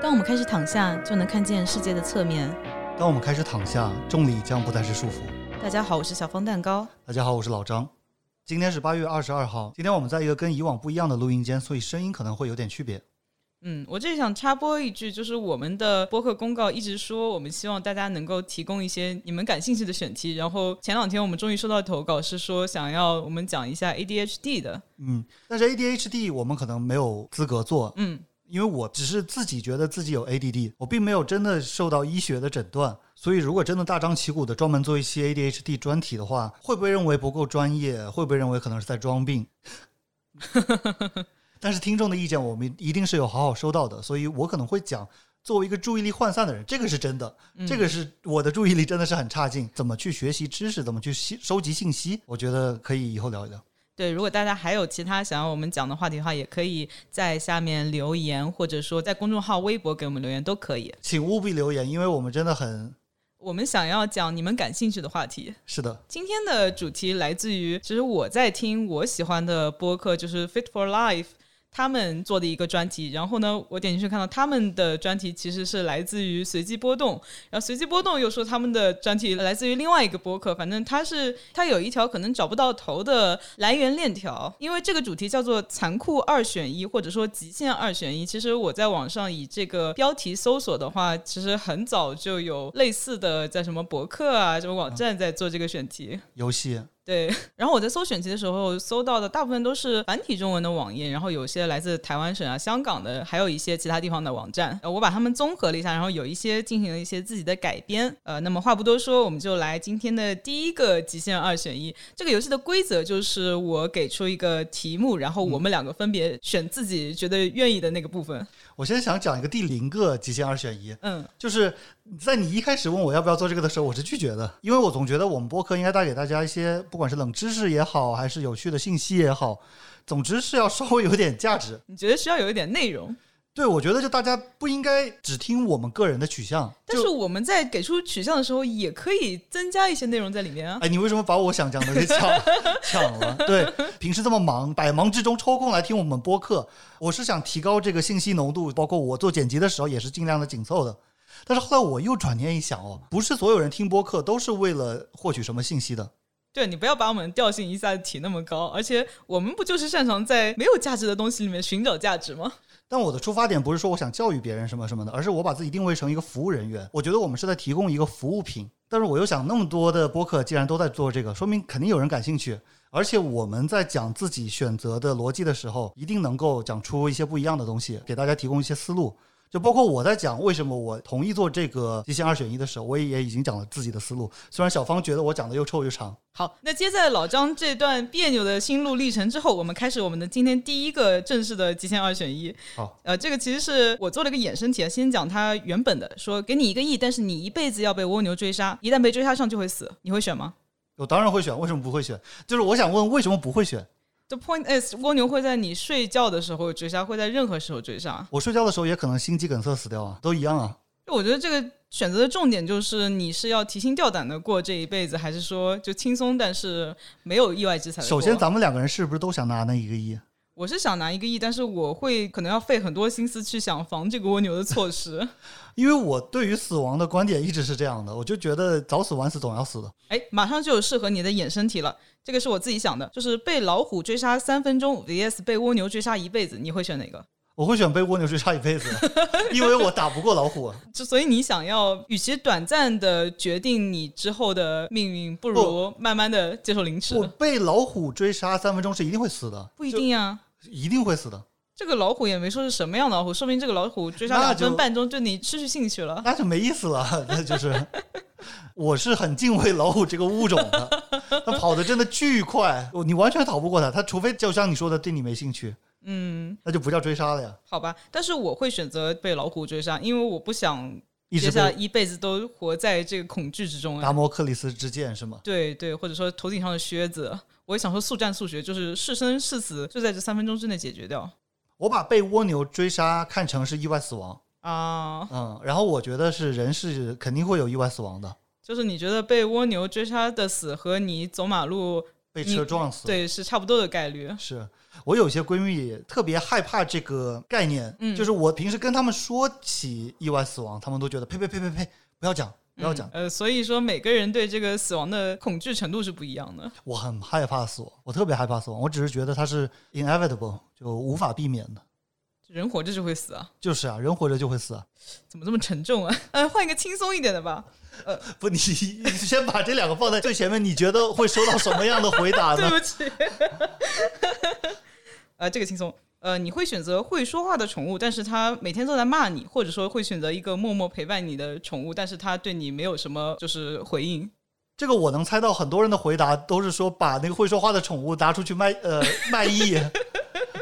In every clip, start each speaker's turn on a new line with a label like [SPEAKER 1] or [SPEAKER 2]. [SPEAKER 1] 当我们开始躺下，就能看见世界的侧面。
[SPEAKER 2] 当我们开始躺下，重力将不再是束缚。
[SPEAKER 1] 大家好，我是小方蛋糕。
[SPEAKER 2] 大家好，我是老张。今天是八月二十二号，今天我们在一个跟以往不一样的录音间，所以声音可能会有点区别。
[SPEAKER 1] 嗯，我这里想插播一句，就是我们的播客公告一直说，我们希望大家能够提供一些你们感兴趣的选题。然后前两天我们终于收到投稿，是说想要我们讲一下 ADHD 的。
[SPEAKER 2] 嗯，但是 ADHD 我们可能没有资格做，
[SPEAKER 1] 嗯，
[SPEAKER 2] 因为我只是自己觉得自己有 ADD，我并没有真的受到医学的诊断。所以，如果真的大张旗鼓的专门做一期 ADHD 专题的话，会不会认为不够专业？会不会认为可能是在装病？ 但是听众的意见我们一定是有好好收到的，所以我可能会讲，作为一个注意力涣散的人，这个是真的，这个是我的注意力真的是很差劲。怎么去学习知识，怎么去吸收集信息，我觉得可以以后聊一聊。
[SPEAKER 1] 对，如果大家还有其他想要我们讲的话题的话，也可以在下面留言，或者说在公众号、微博给我们留言都可以。
[SPEAKER 2] 请务必留言，因为我们真的很
[SPEAKER 1] 我们想要讲你们感兴趣的话题。
[SPEAKER 2] 是的，
[SPEAKER 1] 今天的主题来自于，其实我在听我喜欢的播客，就是 Fit for Life。他们做的一个专题，然后呢，我点进去看到他们的专题其实是来自于随机波动，然后随机波动又说他们的专题来自于另外一个播客，反正它是它有一条可能找不到头的来源链条，因为这个主题叫做残酷二选一或者说极限二选一。其实我在网上以这个标题搜索的话，其实很早就有类似的在什么博客啊这种网站在做这个选题。
[SPEAKER 2] 游戏
[SPEAKER 1] 对， 然后我在搜选题的时候搜到的大部分都是繁体中文的网页，然后有些来自台湾省啊、香港的，还有一些其他地方的网站。呃，我把它们综合了一下，然后有一些进行了一些自己的改编。呃，那么话不多说，我们就来今天的第一个极限二选一。这个游戏的规则就是我给出一个题目，然后
[SPEAKER 2] 嗯
[SPEAKER 1] 我们两个分别选自己觉得愿意的那个部分。
[SPEAKER 2] 我现在想讲一个第零个极限二选一，
[SPEAKER 1] 嗯，
[SPEAKER 2] 就是在你一开始问我要不要做这个的时候，我是拒绝的，因为我总觉得我们播客应该带给大家一些，不管是冷知识也好，还是有趣的信息也好，总之是要稍微有点价值。
[SPEAKER 1] 你觉得需要有一点内容，
[SPEAKER 2] 对，我觉得就大家不应该只听我们个人的取向。
[SPEAKER 1] 但
[SPEAKER 2] 就是
[SPEAKER 1] 我们在给出取向的时候，也可以增加一些内容在里面啊。
[SPEAKER 2] 哎，你为什么把我想讲的给抢抢了？对，平时这么忙，百忙之中抽空来听我们播客，我是想提高这个信息浓度，包括我做剪辑的时候也是尽量的紧凑的。但是后来我又转念一想哦，不是所有人听播客都是为了获取什么信息的。
[SPEAKER 1] 对你不要把我们的调性一下子提那么高，而且我们不就是擅长在没有价值的东西里面寻找价值吗？
[SPEAKER 2] 但我的出发点不是说我想教育别人什么什么的，而是我把自己定位成一个服务人员。我觉得我们是在提供一个服务品，但是我又想，那么多的播客既然都在做这个，说明肯定有人感兴趣。而且我们在讲自己选择的逻辑的时候，一定能够讲出一些不一样的东西，给大家提供一些思路。就包括我在讲为什么我同意做这个极限二选一的时候，我也已经讲了自己的思路。虽然小芳觉得我讲的又臭又长，
[SPEAKER 1] 好，那接在老张这段别扭的心路历程之后，我们开始我们的今天第一个正式的极限二选一。
[SPEAKER 2] 好，
[SPEAKER 1] 呃，这个其实是我做了一个衍生题，啊，先讲它原本的，说给你一个亿，但是你一辈子要被蜗牛追杀，一旦被追杀上就会死，你会选吗
[SPEAKER 2] 我当然会选，为什么不会选？就是我想问为什么不会选？
[SPEAKER 1] ？The point is，蜗牛会在你睡觉的时候追杀，会在任何时候追杀。
[SPEAKER 2] 我睡觉的时候也可能心肌梗塞死掉啊，都一样啊。
[SPEAKER 1] 就我觉得这个选择的重点就是，你是要提心吊胆的过这一辈子，还是说就轻松但是没有意外之财的
[SPEAKER 2] 首
[SPEAKER 1] 过？
[SPEAKER 2] 先，咱们两个人是不是都想拿那一个亿？
[SPEAKER 1] 我是想拿一个亿，但是我会可能要费很多心思去想防这个蜗牛的措施。
[SPEAKER 2] 因为我对于死亡的观点一直是这样的，我就觉得早死晚死总要死的。
[SPEAKER 1] 哎，马上就有适合你的衍生题了，这个是我自己想的，就是被老虎追杀三分钟 vs 被蜗牛追杀一辈子，你会选哪个？
[SPEAKER 2] 我会选被蜗牛追杀一辈子，因为我打不过老虎。啊
[SPEAKER 1] 就所以你想要，与其短暂的决定你之后的命运，不如慢慢的接受凌迟。
[SPEAKER 2] 我被老虎追杀三分钟是一定会死的，
[SPEAKER 1] 不一定呀、
[SPEAKER 2] 就，一定会死的，
[SPEAKER 1] 这个老虎也没说是什么样的老虎，说明这个老虎追杀
[SPEAKER 2] 那
[SPEAKER 1] 两分
[SPEAKER 2] 就
[SPEAKER 1] 半钟对你失去兴趣了。
[SPEAKER 2] 那就没意思了。 那就是，我是很敬畏老虎这个物种的，它跑得真的巨快，你完全逃不过它。它除非就像你说的对你没兴趣，嗯，那就不叫追杀了呀。
[SPEAKER 1] 好吧，但是我会选择被老虎追杀，因为我不想
[SPEAKER 2] 一
[SPEAKER 1] 接
[SPEAKER 2] 直
[SPEAKER 1] 下来
[SPEAKER 2] 被
[SPEAKER 1] 一辈子都活在这个恐惧之中啊。
[SPEAKER 2] 达摩克里斯之剑是吗？
[SPEAKER 1] 对对，或者说头顶上的靴子，我也想说速战速决，就是是生是死就在这三分钟之内解决掉
[SPEAKER 2] 我把被蜗牛追杀看成是意外死亡，
[SPEAKER 1] 啊。
[SPEAKER 2] 嗯，然后我觉得是人是肯定会有意外死亡的，
[SPEAKER 1] 就是你觉得被蜗牛追杀的死和你走马路
[SPEAKER 2] 被车撞死，
[SPEAKER 1] 对，是差不多的概率。
[SPEAKER 2] 是我有些闺蜜特别害怕这个概念，
[SPEAKER 1] 嗯
[SPEAKER 2] 就是我平时跟她们说起意外死亡，她们都觉得呸呸呸呸呸，不要讲，不要讲，
[SPEAKER 1] 呃，所以说每个人对这个死亡的恐惧程度是不一样的。
[SPEAKER 2] 我很害怕死亡，我特别害怕死亡，我只是觉得它是 inevitable，就无法避免的。
[SPEAKER 1] 人活着就会死啊，
[SPEAKER 2] 就是啊，人活着就会死啊！
[SPEAKER 1] 怎么这么沉重啊？ 呃，换一个轻松一点的吧。
[SPEAKER 2] 不，你 你先把这两个放在最前面，你觉得会收到什么样的回 答
[SPEAKER 1] 对
[SPEAKER 2] 呢？
[SPEAKER 1] 不起。 呃，这个轻松。呃，你会选择会说话的宠物，但是它每天都在骂你，或者说会选择一个默默陪伴你的宠物，但是它对你没有什么就是回应。
[SPEAKER 2] 这个我能猜到，很多人的回答都是说把那个会说话的宠物拿出去卖，呃，卖艺，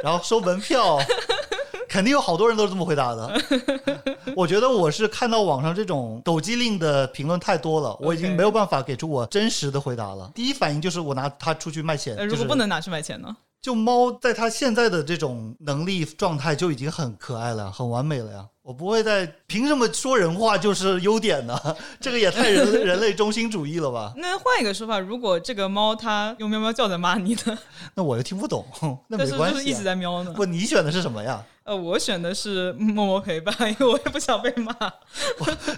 [SPEAKER 2] 然后收门票， 肯定有好多人都是这么回答的。 我觉得我是看到网上这种抖机灵的评论太多了，我已经
[SPEAKER 1] OK
[SPEAKER 2] 没有办法给出我真实的回答了。第一反应就是我拿它出去卖钱，
[SPEAKER 1] 呃，如
[SPEAKER 2] 就
[SPEAKER 1] 果
[SPEAKER 2] 是
[SPEAKER 1] 不能拿去卖钱 呢？
[SPEAKER 2] 就猫在它现在的这种能力状态就已经很可爱了，很完美了呀。我不会再凭什么说人话就是优点呢？ 这个也太人人类中心主义了吧？
[SPEAKER 1] 那换一个说法，如果这个猫它用喵喵叫在骂你 呢，
[SPEAKER 2] 那我又听不懂， 那
[SPEAKER 1] 但
[SPEAKER 2] 没
[SPEAKER 1] 是
[SPEAKER 2] 关
[SPEAKER 1] 就是
[SPEAKER 2] 系
[SPEAKER 1] 一直
[SPEAKER 2] 啊、
[SPEAKER 1] 在喵呢？
[SPEAKER 2] 不，你选的是什么呀？
[SPEAKER 1] 呃，我选的是默默陪伴，因为我也不想被 骂。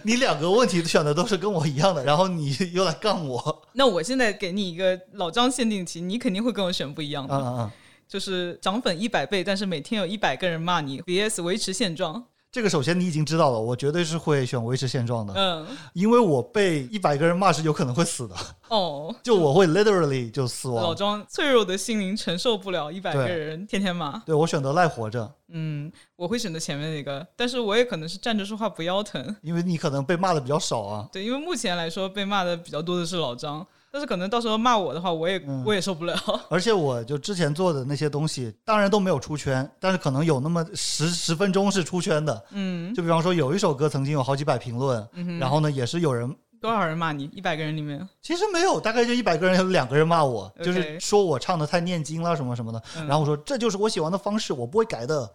[SPEAKER 2] 你两个问题选的都是跟我一样的，然后你又来杠我，
[SPEAKER 1] 那我现在给你一个老张限定题，你肯定会跟我选不一样
[SPEAKER 2] 啊
[SPEAKER 1] 的。
[SPEAKER 2] 啊啊！
[SPEAKER 1] 就是涨粉一百倍，但是每天有一百个人骂你，VS 维持现状。
[SPEAKER 2] 这个首先你已经知道了，我绝对是会选维持现状的，
[SPEAKER 1] 嗯，
[SPEAKER 2] 因为我被一百个人骂是有可能会死的，
[SPEAKER 1] 哦，
[SPEAKER 2] 就啊我会 literally 就死
[SPEAKER 1] 老
[SPEAKER 2] 亡。
[SPEAKER 1] 张脆弱的心灵承受不了一百个人天天骂。
[SPEAKER 2] 对我选择赖活着，
[SPEAKER 1] 嗯，我会选择前面那个，但是我也可能是站着说话不腰疼。
[SPEAKER 2] 因为你可能被骂的比较少啊。
[SPEAKER 1] 对，因为目前来说被骂的比较多的是老张，但是可能到时候骂我的话，我也、
[SPEAKER 2] 嗯
[SPEAKER 1] 我也受不了。
[SPEAKER 2] 而且我就之前做的那些东西，当然都没有出圈，但是可能有那么十十分钟是出圈的。
[SPEAKER 1] 嗯，
[SPEAKER 2] 就比方说有一首歌曾经有好几百评论，然后呢也是有人
[SPEAKER 1] 多少人骂你？一百个人里面，
[SPEAKER 2] 其实没有，大概就一百个人有两个人骂我
[SPEAKER 1] OK
[SPEAKER 2] 就是说我唱的太念经了什么什么的。
[SPEAKER 1] 嗯
[SPEAKER 2] 然后我说这就是我喜欢的方式，我不会改的，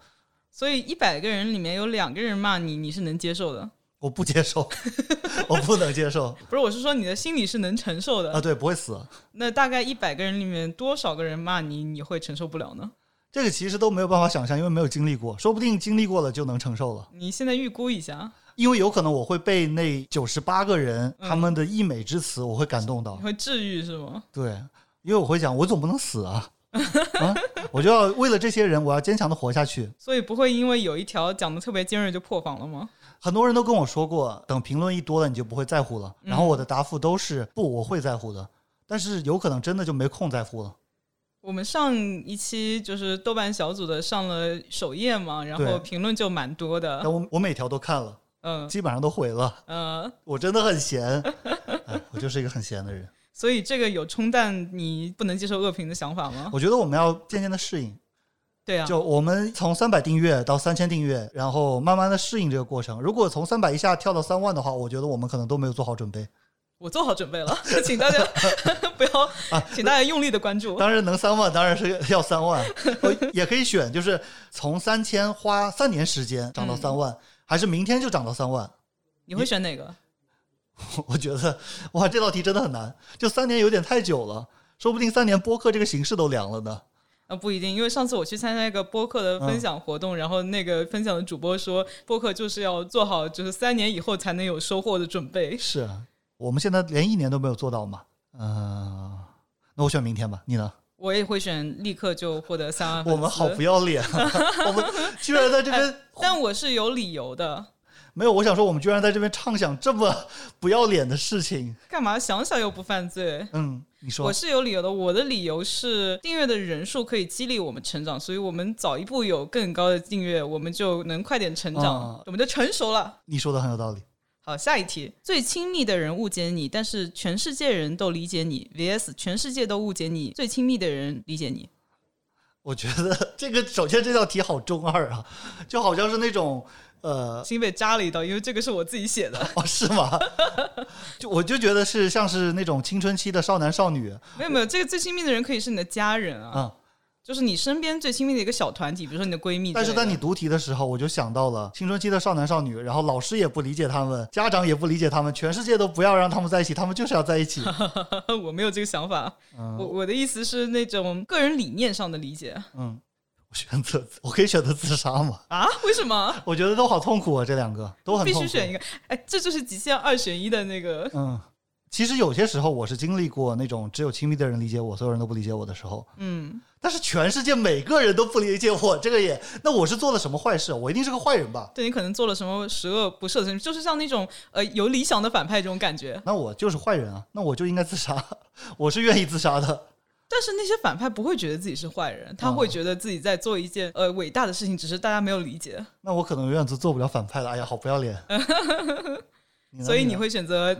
[SPEAKER 1] 所以一百个人里面有两个人骂你，你是能接受的。
[SPEAKER 2] 我不 接受，我不能接受
[SPEAKER 1] 不是，我是说你的心理是能承受的。
[SPEAKER 2] 啊！对，不会死，
[SPEAKER 1] 那大概一百个人里面多少个人骂你，你会承受不了呢？
[SPEAKER 2] 这个其实都没有办法想象，因为没有经历过，说不定经历过了就能承受了。
[SPEAKER 1] 你现在预估一下，
[SPEAKER 2] 因为有可能我会被那九十八个人
[SPEAKER 1] 嗯
[SPEAKER 2] 他们的溢美之词，我会感动到
[SPEAKER 1] 你。会治愈是吗？
[SPEAKER 2] 对，因为我会想，我总不能死啊。啊！我就要为了这些人，我要坚强的活下去。
[SPEAKER 1] 所以不会因为有一条讲的特别尖锐就破防了吗？
[SPEAKER 2] 很多人都跟我说过，等评论一多了，你就不会在乎了。
[SPEAKER 1] 嗯
[SPEAKER 2] 然后我的答复都是不，我会在乎的，但是有可能真的就没空在乎了。
[SPEAKER 1] 我们上一期就是豆瓣小组的上了首页嘛，然后
[SPEAKER 2] 对
[SPEAKER 1] 评论就蛮多
[SPEAKER 2] 但
[SPEAKER 1] 的，
[SPEAKER 2] 我我每条都看了，
[SPEAKER 1] 嗯
[SPEAKER 2] 基本上都回了。
[SPEAKER 1] 呃，
[SPEAKER 2] 我真的很闲，哎我就是一个很闲的人。
[SPEAKER 1] 所以这个有冲淡你不能接受恶评的想法吗？
[SPEAKER 2] 我觉得我们要渐渐的适应，
[SPEAKER 1] 对啊，
[SPEAKER 2] 就我们从三百订阅到三千订阅，然后慢慢的适应这个过程。如果从三百一下跳到三万的话，我觉得我们可能都没有做好准备。
[SPEAKER 1] 我做好准备了， 请大家不要，
[SPEAKER 2] 啊
[SPEAKER 1] 请大家用力的关注。
[SPEAKER 2] 当然能三万，当然是要三 万，呃也可以选，就是从三千花三年时间涨到三万，还是明天就涨到三万。
[SPEAKER 1] 你会选哪个？
[SPEAKER 2] 我觉得哇，这道题真的很难，就三年有点太久了，说不定三年播客这个形式都凉了呢。
[SPEAKER 1] 啊，不一定，因为上次我去参加一个播客的
[SPEAKER 2] 嗯
[SPEAKER 1] 分享活动，然后那个分享的主播说，播客就是要做好，就是三年以后才能有收获的准备。
[SPEAKER 2] 是啊我们现在连一年都没有做到嘛？嗯、那我选明天吧，你呢？
[SPEAKER 1] 我也会选立刻就获得三万粉丝，
[SPEAKER 2] 我们好不要脸 啊，我们居然在这边
[SPEAKER 1] 但我是有理由的。
[SPEAKER 2] 没有，我想说我们居然在这边畅想这么不要脸的事情。
[SPEAKER 1] 干嘛想想又不犯罪？
[SPEAKER 2] 嗯，你说
[SPEAKER 1] 我是有理由的，我的理由是订阅的人数可以激励我们成长，所以我们早一步有更高的订阅，我们就能快点成长，
[SPEAKER 2] 啊
[SPEAKER 1] 我们就成熟了。
[SPEAKER 2] 你说的很有道理。
[SPEAKER 1] 好，下一题，最亲密的人误解你，但是全世界人都理解你；vs 全世界都误解你，最亲密的人理解你。
[SPEAKER 2] 我觉得这个首先这道题好中二啊，就好像是那种呃，
[SPEAKER 1] 心被扎了一刀，因为这个是我自己写的。
[SPEAKER 2] 哦是吗？ 就我就觉得是像是那种青春期的少男少女啊、
[SPEAKER 1] 没有没有，这个最亲密的人可以是你的家人啊。
[SPEAKER 2] 嗯
[SPEAKER 1] 就是你身边最亲密的一个小团体，比如说你的闺蜜之类的。
[SPEAKER 2] 但是在你读题的时候，我就想到了青春期的少男少女，然后老师也不理解他们，家长也不理解他们，全世界都不要让他们在一起，他们就是要在一 起。
[SPEAKER 1] 我没有这个想法，我
[SPEAKER 2] 嗯
[SPEAKER 1] 我的意思是那种个人理念上的理解
[SPEAKER 2] 嗯，我选择我可以选择自杀吗？
[SPEAKER 1] 啊？为什么
[SPEAKER 2] 我觉得都好痛苦啊，这两个都很
[SPEAKER 1] 必
[SPEAKER 2] 痛苦
[SPEAKER 1] 须选一个？哎，这就是极限二选一的那个。
[SPEAKER 2] 嗯，其实有些时候我是经历过那种只有亲密的人理解我，所有人都不理解我的时候。
[SPEAKER 1] 嗯，
[SPEAKER 2] 但是全世界每个人都不理解我，这个也，那我是做了什么坏事？啊我一定是个坏人吧？
[SPEAKER 1] 对你可能做了什么十恶不赦的事情，就是像那种呃有理想的反派这种感觉。
[SPEAKER 2] 那我就是坏人啊，那我就应该自杀，我是愿意自杀的。
[SPEAKER 1] 但是那些反派不会觉得自己是坏人，他会觉得自己在做一件呃伟大的事情，只是大家没有理解。
[SPEAKER 2] 那我可能永远都做不了反派了。哎呀，好不要 脸！你呢
[SPEAKER 1] 所以你
[SPEAKER 2] 呢
[SPEAKER 1] 会选择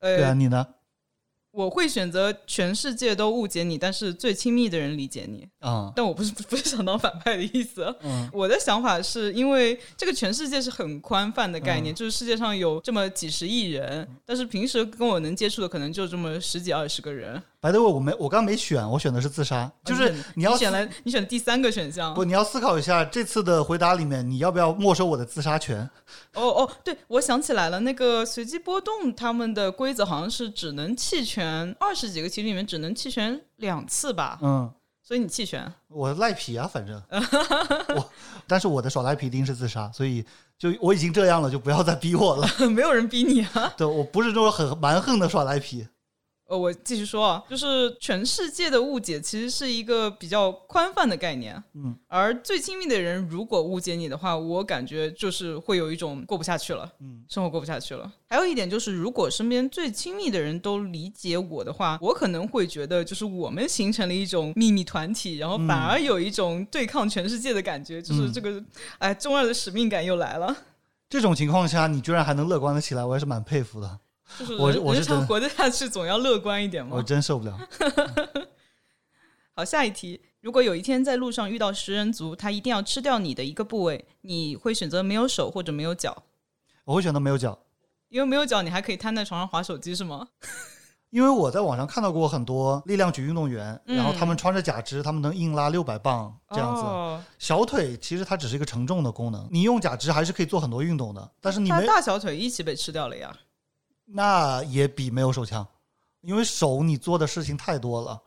[SPEAKER 2] 对啊，
[SPEAKER 1] 呃，
[SPEAKER 2] 你呢？
[SPEAKER 1] 我会选择全世界都误解你，但是最亲密的人理解你。
[SPEAKER 2] 啊、
[SPEAKER 1] 但我不是不是想当反派的意思啊，
[SPEAKER 2] 嗯
[SPEAKER 1] 我的想法是因为这个全世界是很宽泛的概念，
[SPEAKER 2] 嗯
[SPEAKER 1] 就是世界上有这么几十亿人，但是平时跟我能接触的可能就这么十几二十个人。
[SPEAKER 2] 白的我没，我刚没选，我选的是自杀，就是
[SPEAKER 1] 啊
[SPEAKER 2] 你要
[SPEAKER 1] 选了你选第三个选项。
[SPEAKER 2] 不，你要思考一下这次的回答里面，你要不要没收我的自杀权？
[SPEAKER 1] 哦哦，对，我想起来了，那个随机波动他们的规则好像是只能弃权二十几个题里面只能弃权两次吧，
[SPEAKER 2] 嗯，
[SPEAKER 1] 所以你弃权。
[SPEAKER 2] 我赖皮啊，反正我，但是我的耍赖皮一定是自杀，所以就我已经这样了，就不要再 逼我了。
[SPEAKER 1] 没有人逼你啊！
[SPEAKER 2] 对我不是那种很蛮横的耍赖皮，
[SPEAKER 1] 呃，我继续说啊，就是全世界的误解其实是一个比较宽泛的概念，
[SPEAKER 2] 嗯，
[SPEAKER 1] 而最亲密的人如果误解你的话，我感觉就是会有一种过不下去了，
[SPEAKER 2] 嗯，
[SPEAKER 1] 生活过不下去了。还有一点就是，如果身边最亲密的人都理解我的话，我可能会觉得就是我们形成了一种秘密团体，然后反
[SPEAKER 2] 嗯
[SPEAKER 1] 而有一种对抗全世界的感觉，就是这个哎中二的使命感又来 了。
[SPEAKER 2] 这种情况下你居然还能乐观的起来，我也是蛮佩服的，
[SPEAKER 1] 就是
[SPEAKER 2] 我
[SPEAKER 1] 人
[SPEAKER 2] 我是
[SPEAKER 1] 人
[SPEAKER 2] 真
[SPEAKER 1] 常
[SPEAKER 2] 的
[SPEAKER 1] 活得下去，总要乐观一点嘛。
[SPEAKER 2] 我真受不了。
[SPEAKER 1] 好，下一题。如果有一天在路上遇到食人族，他一定要吃掉你的一个部位，你会选择没有手或者没有脚？
[SPEAKER 2] 我会选择没有脚，
[SPEAKER 1] 因为没有脚，你还可以瘫在床上划手机，是吗？
[SPEAKER 2] 因为我在网上看到过很多力量举运动员，
[SPEAKER 1] 嗯
[SPEAKER 2] 然后他们穿着假肢，他们能硬拉六百磅这样子。啊
[SPEAKER 1] 哦、
[SPEAKER 2] 小腿其实它只是一个承重的功能，你用假肢还是可以做很多运动的，但是你
[SPEAKER 1] 他
[SPEAKER 2] 没
[SPEAKER 1] 大小腿一起被吃掉了呀。
[SPEAKER 2] 那也比没有手强，因为手你做的事情太多了。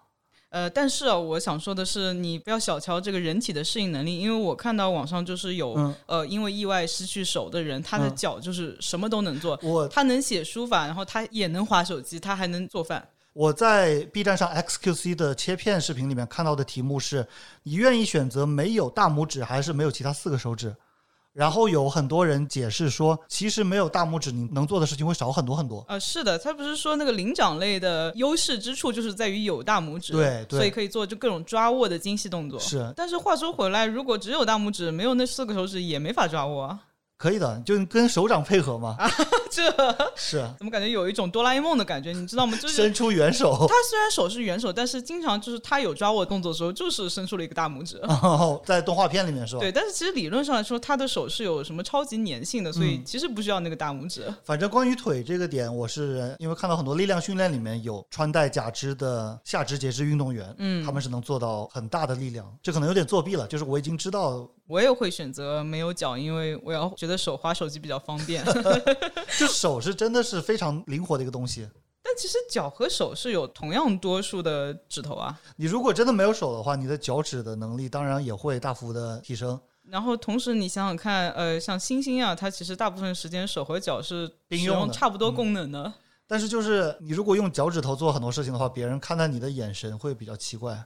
[SPEAKER 1] 呃，但是啊，我想说的是，你不要小瞧这个人体的适应能力，因为我看到网上就是有、
[SPEAKER 2] 嗯
[SPEAKER 1] 呃，因为意外失去手的人，他的
[SPEAKER 2] 嗯
[SPEAKER 1] 脚就是什么都能做，
[SPEAKER 2] 我
[SPEAKER 1] 他能写书法，然后他也能划手机，他还能做饭。
[SPEAKER 2] 我在 B 站上 XQC 的切片视频里面看到的题目是：你愿意选择没有大拇指，还是没有其他四个手指？然后有很多人解释说，其实没有大拇指，你能做的事情会少很多很多。
[SPEAKER 1] 呃，是的，他不是说那个灵长类的优势之处就是在于有大拇指，
[SPEAKER 2] 对对
[SPEAKER 1] 所以可以做就各种抓握的精细动作。
[SPEAKER 2] 是
[SPEAKER 1] 但是话说回来，如果只有大拇指，没有那四个手指，也没法抓握啊。
[SPEAKER 2] 可以的，就跟手掌配合嘛。
[SPEAKER 1] 这
[SPEAKER 2] 是
[SPEAKER 1] 怎么感觉有一种哆啦 A 梦的感觉？你知道吗？就是
[SPEAKER 2] 伸出援手，
[SPEAKER 1] 他虽然手是圆手，但是经常就是他有抓握动作的时候，就是伸出了一个大 拇指。
[SPEAKER 2] 然后在动画片里面是吧？
[SPEAKER 1] 对，但是其实理论上来说，他的手是有什么超级粘性的，所以
[SPEAKER 2] 嗯
[SPEAKER 1] 其实不需要那个大拇指。
[SPEAKER 2] 反正关于腿这个点，我是因为看到很多力量训练里面有穿戴假肢的下肢截肢运动员，
[SPEAKER 1] 嗯
[SPEAKER 2] 他们是能做到很大的力量，这可能有点作弊了。就是我已经知道，
[SPEAKER 1] 我也会选择没有脚，因为我要觉得手滑手机比较方便。
[SPEAKER 2] 就手是真的是非常灵活的一个东西。
[SPEAKER 1] 但其实脚和手是有同样多数的指头啊，
[SPEAKER 2] 你如果真的没有手的话，你的脚趾的能力当然也会大幅的提升，
[SPEAKER 1] 然后同时你想想看，呃，像猩猩啊，它其实大部分时间手和脚是
[SPEAKER 2] 并
[SPEAKER 1] 使
[SPEAKER 2] 用
[SPEAKER 1] 用
[SPEAKER 2] 的嗯
[SPEAKER 1] 差不多功能的。
[SPEAKER 2] 但是就是你如果用脚趾头做很多事情的话，别人看待你的眼神会比较奇怪。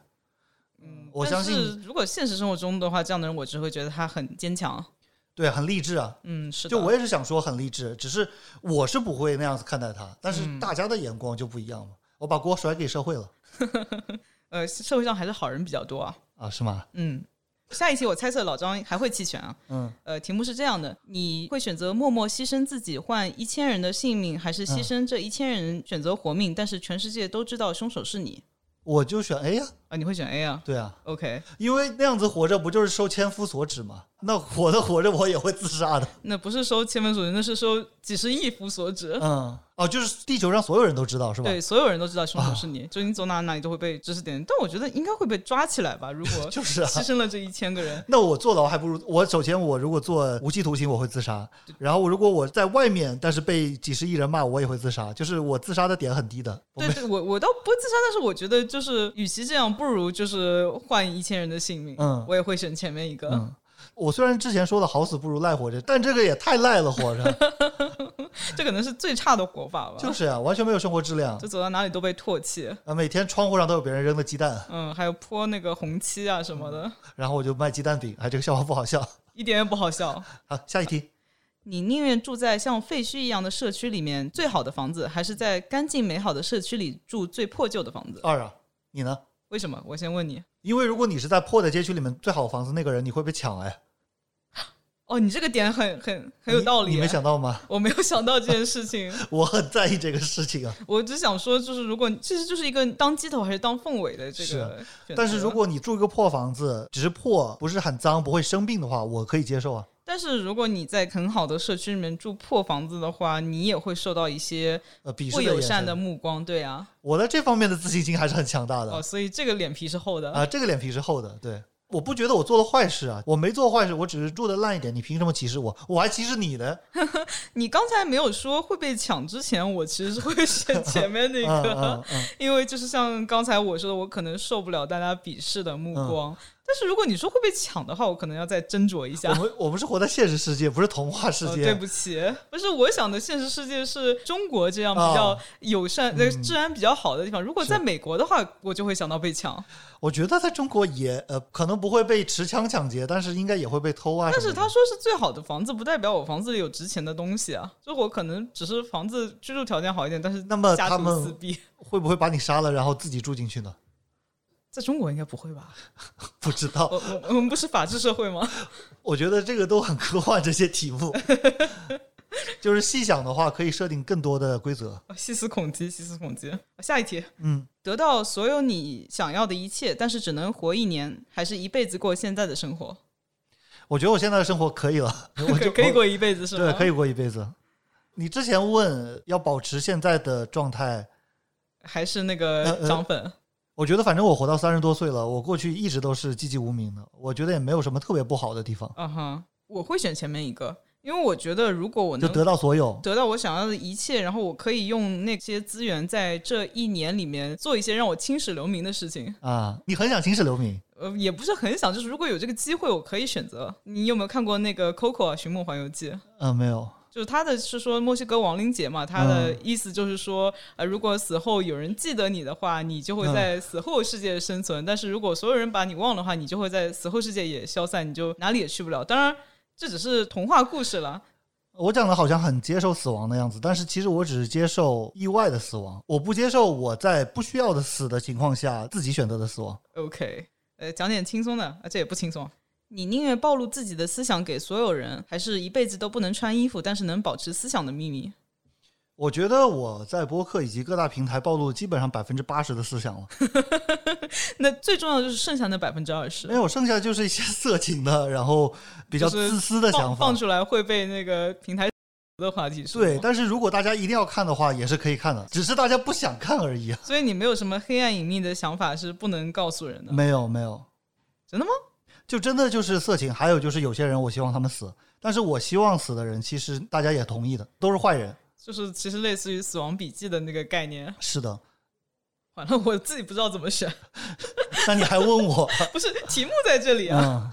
[SPEAKER 2] 嗯，我相
[SPEAKER 1] 但
[SPEAKER 2] 信
[SPEAKER 1] 是如果现实生活中的话，这样的人我只会觉得他很坚强。
[SPEAKER 2] 对，很励志啊。
[SPEAKER 1] 嗯，是的。
[SPEAKER 2] 就我也是想说很励志，只是我是不会那样子看待他，但
[SPEAKER 1] 嗯
[SPEAKER 2] 是大家的眼光就不一样嘛。我把锅甩给社会了
[SPEAKER 1] 呃，社会上还是好人比较多啊。
[SPEAKER 2] 啊，是吗？
[SPEAKER 1] 嗯，下一题我猜测老张还会弃权啊。
[SPEAKER 2] 嗯，
[SPEAKER 1] 呃，题目是这样的：你会选择默默牺牲自己换一千人的性命，还是
[SPEAKER 2] 嗯
[SPEAKER 1] 牺牲这一千人选择活命，但是全世界都知道凶手是你？
[SPEAKER 2] 我就选 A 呀、
[SPEAKER 1] 啊，你会选 A 啊
[SPEAKER 2] 对啊，
[SPEAKER 1] ？OK，
[SPEAKER 2] 因为那样子活着不就是受千夫所指吗？那活着活着我也会自杀 的。
[SPEAKER 1] 那不是收千分所指，那是收几十亿夫所指。
[SPEAKER 2] 嗯，哦，就是地球上所有人都知 道是吧？啊
[SPEAKER 1] 对，所有人都知道凶手是你，就你走哪哪里都会被知识点。但我觉得应该会被抓起来吧，如果
[SPEAKER 2] 就是啊。
[SPEAKER 1] 牺牲了这一千个人，
[SPEAKER 2] 那我坐牢还不如我首先我如果坐无期徒刑我会自杀，然后如果我在外面但是被几十亿人骂我也会自杀，就是我自杀的点很低的。我
[SPEAKER 1] 对
[SPEAKER 2] 没
[SPEAKER 1] 对，我我倒不会自杀，但是我觉得就是，与其这样，不如就是换一千人的性命。
[SPEAKER 2] 嗯
[SPEAKER 1] 我也会选前面一个。
[SPEAKER 2] 嗯，我虽然之前说的好死不如赖活着，但这个也太赖了活着，
[SPEAKER 1] 这可能是最差的活法吧。
[SPEAKER 2] 就是呀、完全没有生活质量
[SPEAKER 1] 就走到哪里都被唾弃，
[SPEAKER 2] 啊！每天窗户上都有别人扔的鸡蛋，
[SPEAKER 1] 嗯，还有泼那个红漆啊什么的，
[SPEAKER 2] 然后我就卖鸡蛋饼，哎，这个笑话不好笑。
[SPEAKER 1] 一点也不好笑。
[SPEAKER 2] 好，下一题，
[SPEAKER 1] 你宁愿住在像废墟一样的社区里面最好的房子，还是在干净美好的社区里住最破旧的房子？
[SPEAKER 2] 二啊，你呢？
[SPEAKER 1] 为什么？我先问你。
[SPEAKER 2] 因为如果你是在破的街区里面最好的房子那个人，你会被抢哎，
[SPEAKER 1] 哦，你这个点很很很有道理。哎啊
[SPEAKER 2] 你，你没想到吗？
[SPEAKER 1] 我没有想到这件事情，
[SPEAKER 2] 我很在意这个事情 啊。
[SPEAKER 1] 我只想说，就是如果其实就是一个当鸡头还是当凤尾的这个选择
[SPEAKER 2] 但是如果你住一个破房子，只是破，不是很脏，不会生病的话，我可以接受啊。
[SPEAKER 1] 但是如果你在很好的社区里面住破房子的话，你也会受到一些
[SPEAKER 2] 呃，鄙视
[SPEAKER 1] 不
[SPEAKER 2] 的眼
[SPEAKER 1] 友
[SPEAKER 2] 神
[SPEAKER 1] 善的，目光，对啊，
[SPEAKER 2] 我在这方面的自信心还是很强大的
[SPEAKER 1] 哦，
[SPEAKER 2] 啊、
[SPEAKER 1] 所以这个脸皮是厚的。
[SPEAKER 2] 这个脸皮是厚的。对，我不觉得我做了坏事啊，我没做坏事，我只是住的烂一点，你凭什么歧视我？我还歧视你呢。
[SPEAKER 1] 你刚才没有说会被抢之前，我其实是会 选前面那
[SPEAKER 2] 嗯
[SPEAKER 1] 个，
[SPEAKER 2] 嗯嗯，
[SPEAKER 1] 因为就是像刚才我说的，我可能受不了大家鄙视的
[SPEAKER 2] 嗯
[SPEAKER 1] 目光。但是如果你说会被抢的话，我可能要再斟酌一下
[SPEAKER 2] 我。们我们是活在现实世界，不是童话世
[SPEAKER 1] 呃
[SPEAKER 2] 界。
[SPEAKER 1] 对不起，不是我想的现实世界是中国这样比
[SPEAKER 2] 哦
[SPEAKER 1] 较友善、呃治安比较好的地方。如果
[SPEAKER 2] 嗯是
[SPEAKER 1] 在美国的话，我就会想到被抢。
[SPEAKER 2] 我觉得在中国也呃，可能不会被持枪抢劫，但是应该也会被偷啊什
[SPEAKER 1] 但
[SPEAKER 2] 么
[SPEAKER 1] 是
[SPEAKER 2] 的。
[SPEAKER 1] 他说是最好的房子，不代表我房子里有值钱的东西啊。就我可能只是房子居住条件好一点，但是
[SPEAKER 2] 那么
[SPEAKER 1] 家
[SPEAKER 2] 他
[SPEAKER 1] 徒
[SPEAKER 2] 们
[SPEAKER 1] 四 壁，
[SPEAKER 2] 会不会把你杀了，然后自己住进去呢？
[SPEAKER 1] 在中国应该不会吧？
[SPEAKER 2] 不知道。
[SPEAKER 1] 我我我们不是法治社会吗？
[SPEAKER 2] 我觉得这个都很科幻，这些题 目。就是细想的话，可以设定更多的规则。
[SPEAKER 1] 细思恐极，细思恐极。下一题，
[SPEAKER 2] 嗯，
[SPEAKER 1] 得到所有你想要的一切，但是只能活一年，还是一辈子过现在的生活？
[SPEAKER 2] 我觉得我现在的生活可以了，我
[SPEAKER 1] 可
[SPEAKER 2] 就
[SPEAKER 1] 可以过一辈子是吗？
[SPEAKER 2] 对，可以过一辈子。你之前问要保持现在的状态，
[SPEAKER 1] 还是那个
[SPEAKER 2] 呃呃
[SPEAKER 1] 涨粉。
[SPEAKER 2] 我觉得反正我活到三十多岁了，我过去一直都是寂寂无名的，我觉得也没有什么特别不好的地方，
[SPEAKER 1] 嗯哼，我会选前面一个，因为我觉得如果我
[SPEAKER 2] 就
[SPEAKER 1] 能
[SPEAKER 2] 得到所有。
[SPEAKER 1] 得到我想要的一切，然后我可以用那些资源在这一年里面做一些让我青史留名的事情。
[SPEAKER 2] 啊，你很想青史留名，
[SPEAKER 1] 呃，也不是很想，就是如果有这个机会，我可以选择。你有没有看过那个《Coco 啊，《寻梦环游记》？
[SPEAKER 2] 嗯、没有，
[SPEAKER 1] 就是他的是说墨西哥亡灵节
[SPEAKER 2] 嗯
[SPEAKER 1] 嘛，他的意思就是说，呃，如果死后有人记得你的话，你就会
[SPEAKER 2] 嗯
[SPEAKER 1] 在死后世界生存；但是如果所有人把你忘了的话，你就会在死后世界也消散，你就哪里也去不了。当然，这只是童话故事了。
[SPEAKER 2] 我讲的好像很接受死亡的样子，但是其实我只是接受意外的死亡，我不接受我在不需要的死的情况下自己选择的死亡。
[SPEAKER 1] OK，呃，讲点轻松的，啊，这也不轻松。你宁愿暴露自己的思想给所有人，还是一辈子都不能穿衣服，但是能保持思想的秘密？
[SPEAKER 2] 我觉得我在播客以及各大平台暴露基本上百分之八十的思想了，
[SPEAKER 1] 那最重要的就是剩下那百分之二十
[SPEAKER 2] 没，有剩下就是一些色情的，然后比较
[SPEAKER 1] 就是
[SPEAKER 2] 自私的想
[SPEAKER 1] 放
[SPEAKER 2] 法
[SPEAKER 1] 放。出来会被那个平台的话题说。
[SPEAKER 2] 对，但是如果大家一定要看的话，也是可以看的，只是大家不想看而已。
[SPEAKER 1] 所以你没有什么黑暗隐秘的想法是不能告诉人的，
[SPEAKER 2] 没有，没有，
[SPEAKER 1] 真的吗？
[SPEAKER 2] 就真的就是色情，还有就是有些人，我希望他们死，但是我希望死的人，其实大家也同意的，都是坏人。
[SPEAKER 1] 就是其实类似于《死亡笔记》的那个概念。
[SPEAKER 2] 是的，
[SPEAKER 1] 完了，我自己不知道怎么 选，
[SPEAKER 2] 那你还问我？
[SPEAKER 1] 不 是题目在这里啊，
[SPEAKER 2] 嗯。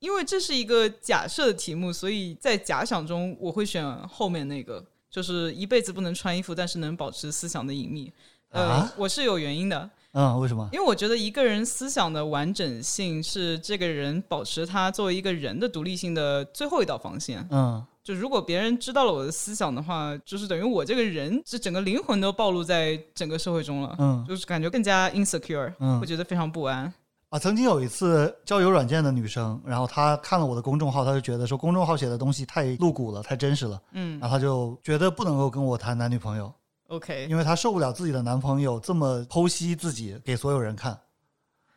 [SPEAKER 1] 因为这是一个假设的题目，所以在假想中我会选后面那个，就是一辈子不能穿衣服，但是能保持思想的隐秘。呃，
[SPEAKER 2] 啊
[SPEAKER 1] 我是有原因的，
[SPEAKER 2] 嗯，为什么？
[SPEAKER 1] 因为我觉得一个人思想的完整性是这个人保持他作为一个人的独立性的最后一道防线。
[SPEAKER 2] 嗯，
[SPEAKER 1] 就如果别人知道了我的思想的话，就是等于我这个人，这整个灵魂都暴露在整个社会中了，
[SPEAKER 2] 嗯
[SPEAKER 1] 就是感觉更加 insecure，、
[SPEAKER 2] 嗯
[SPEAKER 1] 会觉得非常不安。
[SPEAKER 2] 啊，曾经有一次交友软件的女生，然后她看了我的公众号，她就觉得说公众号写的东西太露骨了，太真实了，
[SPEAKER 1] 嗯
[SPEAKER 2] 然后她就觉得不能够跟我谈男女朋友，
[SPEAKER 1] ，OK，
[SPEAKER 2] 因为她受不了自己的男朋友这么剖析自己给所有人看。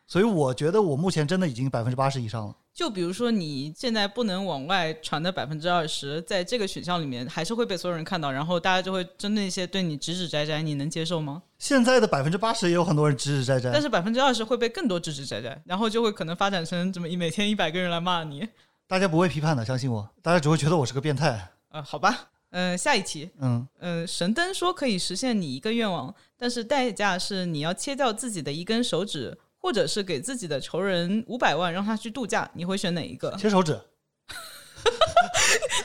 [SPEAKER 2] 所以我觉得我目前真的已经百分之八十以上了。
[SPEAKER 1] 就比如说你现在不能往外传的百分之二十，在这个选项里面还是会被所有人看到，然后大家就会针对一些对你指指摘摘，你能接受吗？
[SPEAKER 2] 现在的百分之八十也有很多人指指摘
[SPEAKER 1] 但
[SPEAKER 2] 摘，
[SPEAKER 1] 是百分之二十会被更多指指摘摘，然后就会可能发展成怎么一每天一百个人来骂你，
[SPEAKER 2] 大家不会批判的，相信我，大家只会觉得我是个变态。
[SPEAKER 1] 呃，好吧，嗯、下一题，
[SPEAKER 2] 嗯，
[SPEAKER 1] 嗯，神灯说可以实现你一个愿望，但是代价是你要切掉自己的一根手指，或者是给自己的仇人五百万让他去度假，你会选哪一个？
[SPEAKER 2] 切手指，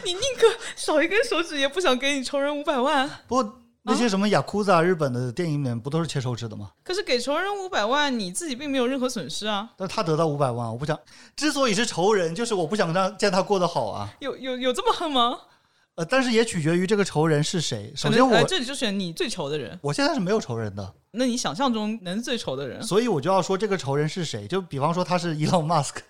[SPEAKER 1] 你宁可少一根手指，也不想给你仇人五百万。
[SPEAKER 2] 不过那些什么雅库za 日本的电影里面不都是切手指的吗？
[SPEAKER 1] 可是给仇人五百万，你自己并没有任何损失啊，
[SPEAKER 2] 但是他得到五百万，我不想。之所以是仇人，就是我不想让见他过得好啊。
[SPEAKER 1] 有有有这么恨吗？
[SPEAKER 2] 呃，但是也取决于这个仇人是谁。首先
[SPEAKER 1] 可
[SPEAKER 2] 我，
[SPEAKER 1] 能呃、这里就选你最仇的人，
[SPEAKER 2] 我现在是没有仇人的，
[SPEAKER 1] 那你想象中能最仇的人，
[SPEAKER 2] 所以我就要说这个仇人是谁。就比方说他是伊隆马斯 克，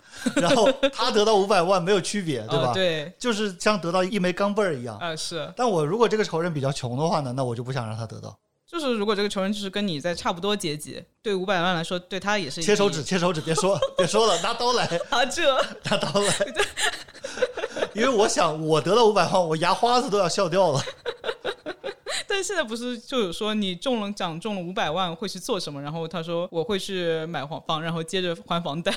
[SPEAKER 2] 然后他得到五百万没有区别，对吧？
[SPEAKER 1] 呃、对，
[SPEAKER 2] 就是像得到一枚钢镚儿一样。
[SPEAKER 1] 呃，是，
[SPEAKER 2] 但我如果这个仇人比较穷的话呢，那我就不想让他得到。
[SPEAKER 1] 就是如果这个仇人就是跟你在差不多阶级，对五百万来说，对他也是一
[SPEAKER 2] 切手
[SPEAKER 1] 笔
[SPEAKER 2] 指，切手指，别 说，别说了，拿刀来，
[SPEAKER 1] 啊，这。
[SPEAKER 2] 拿刀来。 因为我想，我得了五百万，我牙花子都要笑掉了。
[SPEAKER 1] 但现在不是就有说你中了奖中了五百万会去做什么？然后他说我会去买房房，然后接着还房贷。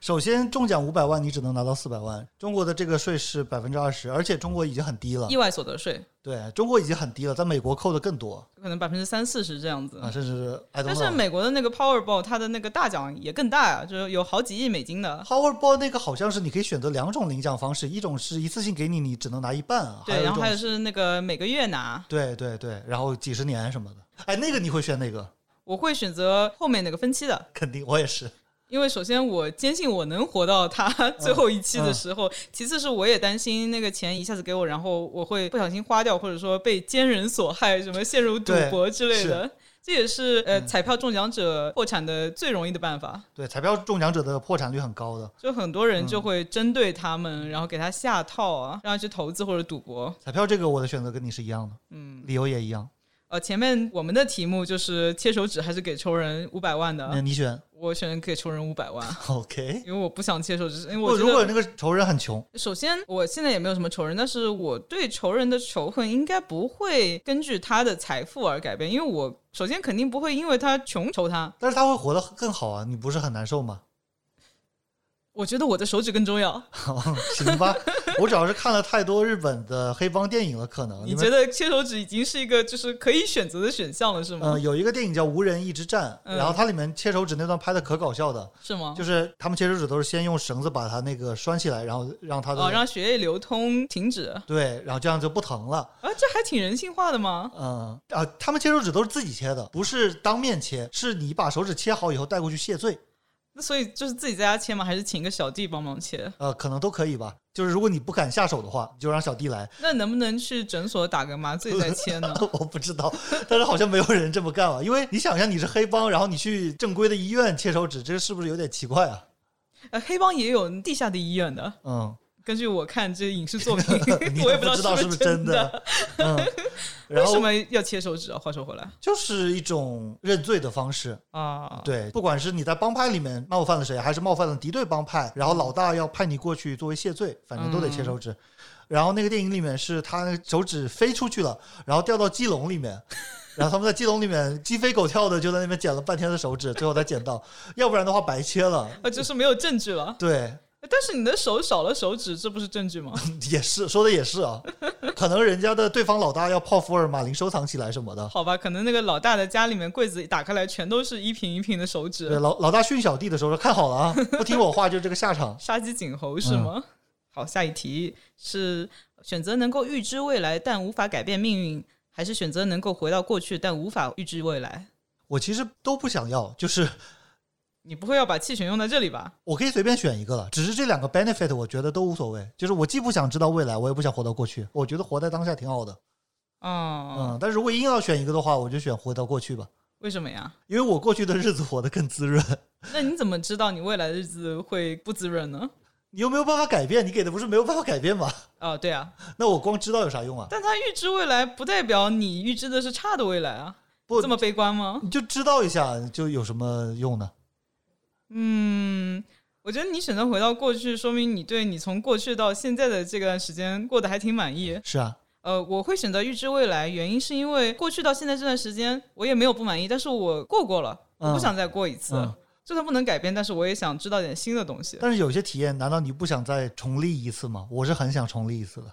[SPEAKER 2] 首先，中奖五百万，你只能拿到四百万。中国的这个税是百分之二十，而且中国已经很低了
[SPEAKER 1] 意。外所得税
[SPEAKER 2] 对中国已经很低了，在美国扣的更多
[SPEAKER 1] 可能百分之三四十这样子。
[SPEAKER 2] 啊，甚至是 I don't
[SPEAKER 1] 但是
[SPEAKER 2] know。
[SPEAKER 1] 美国的那个 Powerball，它的那个大奖也更大呀、啊就是有好几亿美金
[SPEAKER 2] 啊
[SPEAKER 1] 的。
[SPEAKER 2] Powerball 那个好像是你可以选择两种领奖方式，一种是一次性给你，你只能拿一半啊，
[SPEAKER 1] 对，
[SPEAKER 2] 还有一
[SPEAKER 1] 然后还
[SPEAKER 2] 种
[SPEAKER 1] 有是那个每个月拿，
[SPEAKER 2] 对对对，然后几十年什么的。哎，那个你会选哪个？
[SPEAKER 1] 我会选择后面那个分期的，
[SPEAKER 2] 肯定我也是。
[SPEAKER 1] 因为首先我坚信我能活到他
[SPEAKER 2] 嗯
[SPEAKER 1] 最后一期的时候，其次是我也担心那个钱一下子给我，然后我会不小心花掉，或者说被奸人所害，什么陷入赌博之类的。这也是
[SPEAKER 2] 嗯
[SPEAKER 1] 呃彩票中奖者破产的最容易的办法，
[SPEAKER 2] 对，彩票中奖者的破产率很高的，
[SPEAKER 1] 就很多人
[SPEAKER 2] 嗯
[SPEAKER 1] 就会针对他们，然后给他下套啊，让他去投资或者赌博。
[SPEAKER 2] 彩票这个我的选择跟你是一样的，嗯，理由也一样。
[SPEAKER 1] 呃，前面我们的题目就是切手指还是给仇人五百万
[SPEAKER 2] 那
[SPEAKER 1] 的，
[SPEAKER 2] 你选
[SPEAKER 1] 我选给仇人五百万，
[SPEAKER 2] OK？
[SPEAKER 1] 因为我不想切手指，因为
[SPEAKER 2] 不，
[SPEAKER 1] 我觉
[SPEAKER 2] 如
[SPEAKER 1] 得
[SPEAKER 2] 果那个仇人很穷，
[SPEAKER 1] 首先，我现在也没有什么仇人，但是我对仇人的仇恨应该不会根据他的财富而改变，因为我首先肯定不会因为他穷仇他。
[SPEAKER 2] 但是他会活得更好啊，你不是很难受吗？
[SPEAKER 1] 我觉得我的手指更重
[SPEAKER 2] 哦
[SPEAKER 1] 要。
[SPEAKER 2] 行吧， 我主要是看了太多日本的黑帮电影了，可能
[SPEAKER 1] 你
[SPEAKER 2] 们
[SPEAKER 1] 觉得切手指已经是一个就是可以选择的选项了，是吗？
[SPEAKER 2] 呃，有一个电影叫《无人一之战》，
[SPEAKER 1] 嗯
[SPEAKER 2] 然后它里面切手指那段拍的可搞笑的，
[SPEAKER 1] 是吗？
[SPEAKER 2] 就是他们切手指都是先用绳子把它那个拴起来，然后让它的、
[SPEAKER 1] 哦，让血液流通停止啊，
[SPEAKER 2] 对，然后这样就不疼了。
[SPEAKER 1] 这还挺人性化的吗？
[SPEAKER 2] 嗯啊，他们切手指都是自己切的，不是当面切，是你把手指切好以后带过去谢罪，
[SPEAKER 1] 那所以就是自己在家切吗？还是请个小弟帮忙切？
[SPEAKER 2] 呃，可能都可以吧。就是如果你不敢下手的话，你就让小弟来。
[SPEAKER 1] 那能不能去诊所打个麻醉再切呢？
[SPEAKER 2] 我不知道，但是好像没有人这么干吧？因为你想想，你是黑帮，然后你去正规的医院切手指，这是不是有点奇怪啊？
[SPEAKER 1] 呃，黑帮也有地下的医院的，
[SPEAKER 2] 嗯，
[SPEAKER 1] 根据我看这影视作 品
[SPEAKER 2] 你，
[SPEAKER 1] 我也
[SPEAKER 2] 都不知道
[SPEAKER 1] 是
[SPEAKER 2] 是不是
[SPEAKER 1] 真
[SPEAKER 2] 真
[SPEAKER 1] 的。
[SPEAKER 2] 的。嗯，
[SPEAKER 1] 为
[SPEAKER 2] 然
[SPEAKER 1] 什
[SPEAKER 2] 后
[SPEAKER 1] 么要切手指啊？话说回来
[SPEAKER 2] 就是一种认罪的方式。
[SPEAKER 1] 啊，
[SPEAKER 2] 对，不管是你在帮派里面冒犯了谁，还是冒犯了敌对帮派，然后
[SPEAKER 1] 嗯
[SPEAKER 2] 老大要派你过去作为谢罪，反正都得切手指。然后那个电影里面是他那个手指飞出去了，然后掉到鸡笼 里面，然后他们在鸡笼里面鸡飞狗跳的就在那边捡了半天的手指，最后才捡到，要不然的话白切了。
[SPEAKER 1] 啊，就是没有证据了。呃
[SPEAKER 2] 对，
[SPEAKER 1] 但是你的手少了手指，这不是证据吗？
[SPEAKER 2] 也是说的也是啊，可能人家的对方老大要泡福尔马林收藏起来什么的，
[SPEAKER 1] 好吧，可能那个老大的家里面柜子打开来，全都是一瓶一瓶的手
[SPEAKER 2] 对，
[SPEAKER 1] 指，
[SPEAKER 2] 老老大训小弟的时候说：“看好了啊，不听我话就是这个下场。
[SPEAKER 1] 杀鸡儆猴是吗？
[SPEAKER 2] 嗯
[SPEAKER 1] 好，下一题是选择能够预知未来但无法改变命运，还是选择能够回到过去但无法预知未来？”
[SPEAKER 2] 我其实都不想要，就是
[SPEAKER 1] 你不会要把弃权用在这里吧？
[SPEAKER 2] 我可以随便选一个了。只是这两个 benefit 我觉得都无所谓，就是我既不想知道未来，我也不想活到过去。我觉得活在当下挺好的。
[SPEAKER 1] 哦，
[SPEAKER 2] 嗯，但是如果硬要选一个的话，我就选回到过去吧，
[SPEAKER 1] 为什么呀？
[SPEAKER 2] 因为我过去的日子活得更滋润。
[SPEAKER 1] 那你怎么知道你未来的日子会不滋润呢？
[SPEAKER 2] 你又没有办法改变，你给的不是没有办法改变吗？
[SPEAKER 1] 哦，对啊，
[SPEAKER 2] 那我光知道有啥用啊？
[SPEAKER 1] 但他预知未来，不代表你预知的是差的未来啊，
[SPEAKER 2] 不
[SPEAKER 1] 这么悲观吗？
[SPEAKER 2] 你就知道一下，就有什么用呢？
[SPEAKER 1] 嗯，我觉得你选择回到过去，说明你对你从过去到现在的这段时间过得还挺满意。
[SPEAKER 2] 是啊，
[SPEAKER 1] 呃，我会选择预知未来，原因是因为过去到现在这段时间，我也没有不满意，但是我过过了，我不
[SPEAKER 2] 嗯
[SPEAKER 1] 想再过一次。
[SPEAKER 2] 嗯
[SPEAKER 1] 就算不能改变，但是我也想知道点新的东西。
[SPEAKER 2] 但是有些体验，难道你不想再重历一次吗？我是很想重历一次的。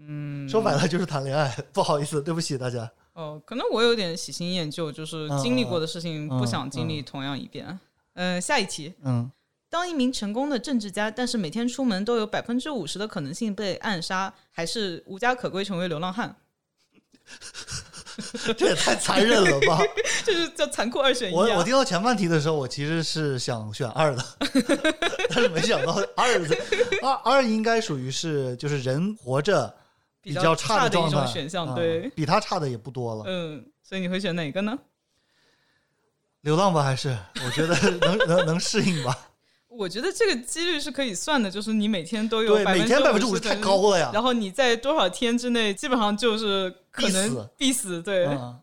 [SPEAKER 2] 嗯，说白了就是谈恋爱，不好意思，对不起大家。
[SPEAKER 1] 哦，可能我有点喜新厌旧，就是
[SPEAKER 2] 嗯
[SPEAKER 1] 经历过的事情
[SPEAKER 2] 嗯
[SPEAKER 1] 不想经历同样一遍。嗯、下一题，
[SPEAKER 2] 嗯，
[SPEAKER 1] 当一名成功的政治家，但是每天出门都有百分之五十的可能性被暗杀，还是无家可归成为流浪汉？
[SPEAKER 2] 这也太残忍了吧！
[SPEAKER 1] 就是叫残酷二 选一、
[SPEAKER 2] 我我
[SPEAKER 1] 啊。
[SPEAKER 2] 听到前半题的时候，我其实是想选 二的，但是没想到二的二二应该属于是就是人活着
[SPEAKER 1] 比较
[SPEAKER 2] 较
[SPEAKER 1] 差
[SPEAKER 2] 差
[SPEAKER 1] 的
[SPEAKER 2] 状
[SPEAKER 1] 一
[SPEAKER 2] 态，
[SPEAKER 1] 种选项
[SPEAKER 2] 啊
[SPEAKER 1] 对
[SPEAKER 2] 比他差的也不多了。
[SPEAKER 1] 嗯，所以你会选哪个呢？
[SPEAKER 2] 流浪吧，还是我觉得能能能适 应吧。
[SPEAKER 1] 我觉得这个几率是可以算的，就是你每天都有
[SPEAKER 2] 对，每天百分之五
[SPEAKER 1] 十
[SPEAKER 2] 十太高了呀。
[SPEAKER 1] 然后你在多少天之内，基本上就是可
[SPEAKER 2] 必
[SPEAKER 1] 能
[SPEAKER 2] 死
[SPEAKER 1] 必死。对、
[SPEAKER 2] 嗯，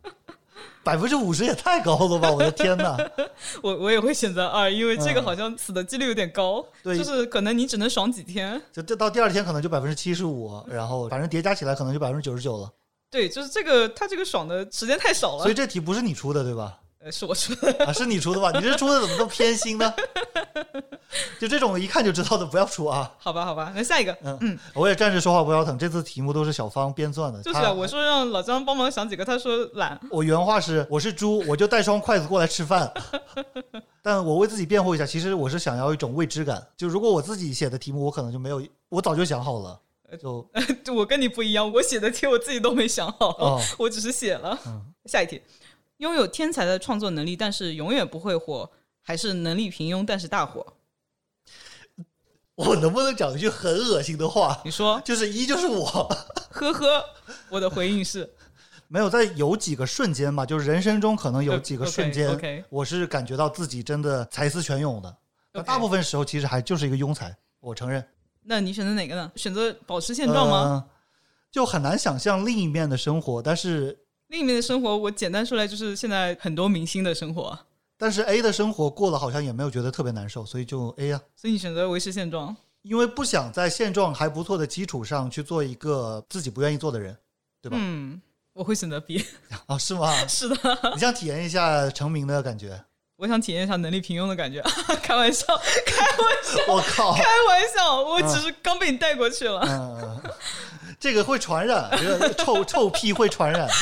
[SPEAKER 2] 百分之五十也太高了吧！我的天哪，
[SPEAKER 1] 我，我也会选择二，因为这个
[SPEAKER 2] 嗯
[SPEAKER 1] 好像死的几率有点高，
[SPEAKER 2] 对
[SPEAKER 1] 就是可能你只能爽几天。
[SPEAKER 2] 就这到第二天可能就百分之七十五，然后反正叠加起来可能就百分之九十九了。
[SPEAKER 1] 对，就是这个，他这个爽的时间太少
[SPEAKER 2] 所以
[SPEAKER 1] 了。
[SPEAKER 2] 这题不是你出的对吧？
[SPEAKER 1] 呃，是我说的，
[SPEAKER 2] 啊，是你出的吧？你这出的怎么那么偏心呢？就这种一看就知道的不要出啊！
[SPEAKER 1] 好吧，好吧，那下一个，
[SPEAKER 2] 嗯，我也暂时说话不腰疼，这次题目都是小芳编撰的。
[SPEAKER 1] 就是
[SPEAKER 2] 她
[SPEAKER 1] 啊，我说让老张帮忙想几个，他说懒，
[SPEAKER 2] 我原话是我是猪，我就带双筷子过来吃饭。 但我为自己辩护一下，其实我是想要一种未知感。就如果我自己写的题目，我可能就没有，我早就想好了。
[SPEAKER 1] 呃
[SPEAKER 2] 就
[SPEAKER 1] 我跟你不一样，我写的题我自己都没想好，
[SPEAKER 2] 哦
[SPEAKER 1] 我只是写了。
[SPEAKER 2] 嗯
[SPEAKER 1] 下一题，拥有天才的创作能力，但是永远不会火，还是能力平庸但是大火？
[SPEAKER 2] 我能不能讲一句很恶心的话？
[SPEAKER 1] 你说，
[SPEAKER 2] 就是一就是我，
[SPEAKER 1] 呵呵，我的回应是
[SPEAKER 2] 没有在有几个瞬间吧，就是人生中可能有
[SPEAKER 1] 呃
[SPEAKER 2] 几个瞬间
[SPEAKER 1] OK，OK
[SPEAKER 2] 我是感觉到自己真的才思泉涌的。那
[SPEAKER 1] OK
[SPEAKER 2] 大部分时候其实还就是一个庸才，我承认。
[SPEAKER 1] 那你选择哪个呢？选择保持现状吗？
[SPEAKER 2] 呃就很难想象另一面的生活，但是
[SPEAKER 1] 另一面的生活，我简单说来就是现在很多明星的生活啊，
[SPEAKER 2] 但是 A 的生活过了好像也没有觉得特别难受，所以就 A 啊，
[SPEAKER 1] 所以你选择维持现状。
[SPEAKER 2] 因为不想在现状还不错的基础上去做一个自己不愿意做的人， 对吧？
[SPEAKER 1] 嗯，我会选择 B。
[SPEAKER 2] 啊，是吗？
[SPEAKER 1] 是的，
[SPEAKER 2] 你想体验一下成名的感觉？
[SPEAKER 1] 我想体验一下能力平庸的感觉。 开玩笑，开玩笑，
[SPEAKER 2] 我靠！
[SPEAKER 1] 开玩笑，我只是刚被你带过去了。
[SPEAKER 2] 嗯，这个会传染，这个臭臭屁会传染。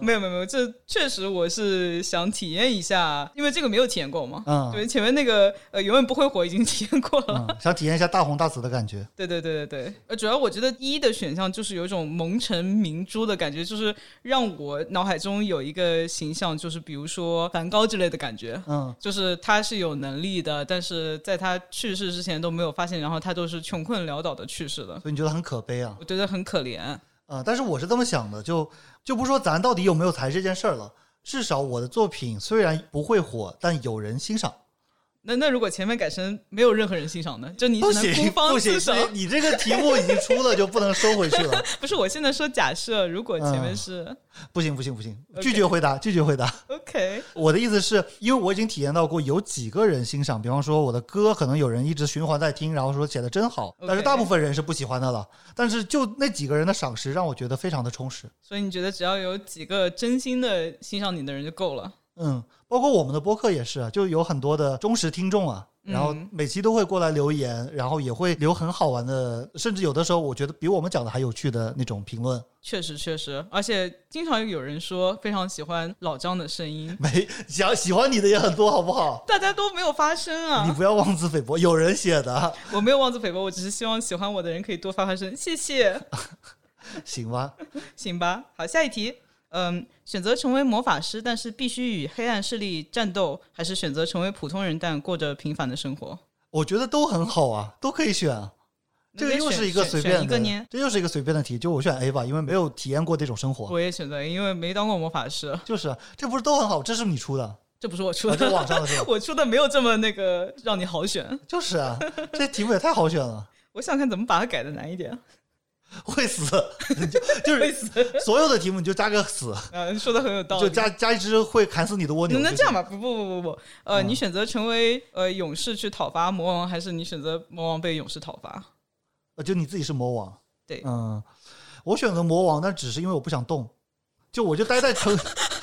[SPEAKER 1] 没有没有没有，这确实我是想体验一下，因为这个没有体验过嘛。
[SPEAKER 2] 嗯
[SPEAKER 1] 对，前面那个呃永远不会火已经 体验过了。
[SPEAKER 2] 嗯，想体验一下大红大紫的感觉。
[SPEAKER 1] 对对对对对，呃，主要我觉得一的选项就是有一种蒙尘明珠的感觉，就是让我脑海中有一个形象，就是比如说梵高之类的感觉。
[SPEAKER 2] 嗯，
[SPEAKER 1] 就是他是有能力的，但是在他去世之前都没有发现，然后他都是穷困潦倒的去世的，
[SPEAKER 2] 所以你觉得很可悲啊？
[SPEAKER 1] 我觉得很可怜。
[SPEAKER 2] 啊、但是我是这么想的，就就不说咱到底有没有才这件事儿了，至少我的作品虽然不会火，但有人欣赏。
[SPEAKER 1] 那那如果前面改成没有任何人欣赏呢？就你
[SPEAKER 2] 不
[SPEAKER 1] 只能
[SPEAKER 2] 行
[SPEAKER 1] 孤芳
[SPEAKER 2] 不
[SPEAKER 1] 自
[SPEAKER 2] 行，
[SPEAKER 1] 赏。
[SPEAKER 2] 这你这个题目已经出了，就不能收回去了。
[SPEAKER 1] 不是，我现在说假设，如果前
[SPEAKER 2] 嗯
[SPEAKER 1] 面是、
[SPEAKER 2] 不行不行不行，
[SPEAKER 1] OK
[SPEAKER 2] 拒绝回答，拒绝回答。
[SPEAKER 1] OK，
[SPEAKER 2] 我的意思是因为我已经体验到过有几个人欣赏，比方说我的歌，可能有人一直循环在听，然后说写的真好，但是
[SPEAKER 1] OK
[SPEAKER 2] 大部分人是不喜欢的了。但是就那几个人的赏识让我觉得非常的充实。
[SPEAKER 1] 所以你觉得只要有几个真心的欣赏你的人就够了？
[SPEAKER 2] 嗯，包括我们的播客也是啊，就有很多的忠实听众啊，然后
[SPEAKER 1] 嗯
[SPEAKER 2] 每期都会过来留言，然后也会留很好玩的，甚至有的时候我觉得比我们讲的还有趣的那种评论。
[SPEAKER 1] 确实，确实，而且经常有人说非常喜欢老张的声音，
[SPEAKER 2] 没想喜欢你的也很多，好不好？
[SPEAKER 1] 大家都没有发声
[SPEAKER 2] 你
[SPEAKER 1] 啊！
[SPEAKER 2] 不要妄自菲薄，有人写的，
[SPEAKER 1] 我没有妄自菲薄，我只是希望喜欢我的人可以多发发声，谢谢，
[SPEAKER 2] 行吧？
[SPEAKER 1] 行吧？好，下一题，嗯，选择成为魔法师，但是必须与黑暗势力战斗，还是选择成为普通人，但过着平凡的生活？
[SPEAKER 2] 我觉得都很好啊，都可以选啊。
[SPEAKER 1] 那
[SPEAKER 2] 这个
[SPEAKER 1] 再
[SPEAKER 2] 又
[SPEAKER 1] 选
[SPEAKER 2] 是一个
[SPEAKER 1] 选
[SPEAKER 2] 随
[SPEAKER 1] 选
[SPEAKER 2] 便的，
[SPEAKER 1] 一个呢
[SPEAKER 2] 这又是一个随便的题，就我选 A 吧，因为没有体验过这种生活。
[SPEAKER 1] 我也选择，因为没当过魔法师，
[SPEAKER 2] 就是啊，这不是都很好？这是你出的，啊、
[SPEAKER 1] 这不是我出的，
[SPEAKER 2] 这网上的是吧？
[SPEAKER 1] 我出的没有这么那个让你好选，
[SPEAKER 2] 就是啊，这题目也太好选了。
[SPEAKER 1] 我想看怎么把它改的难一点。
[SPEAKER 2] 会死，你就就是
[SPEAKER 1] 会死。
[SPEAKER 2] 所有的题目你就加个死，
[SPEAKER 1] 嗯，说的很有道理。
[SPEAKER 2] 就加加一只会砍死你的蜗牛。
[SPEAKER 1] 那
[SPEAKER 2] 就
[SPEAKER 1] 这
[SPEAKER 2] 行
[SPEAKER 1] 样吧，不不不不不，呃，
[SPEAKER 2] 嗯
[SPEAKER 1] 你选择成为呃勇士去讨伐魔王，还是你选择魔王被勇士讨伐？
[SPEAKER 2] 呃，就你自己是魔王。
[SPEAKER 1] 对
[SPEAKER 2] 嗯，我选择魔王，但只是因为我不想动，就我就待 在城。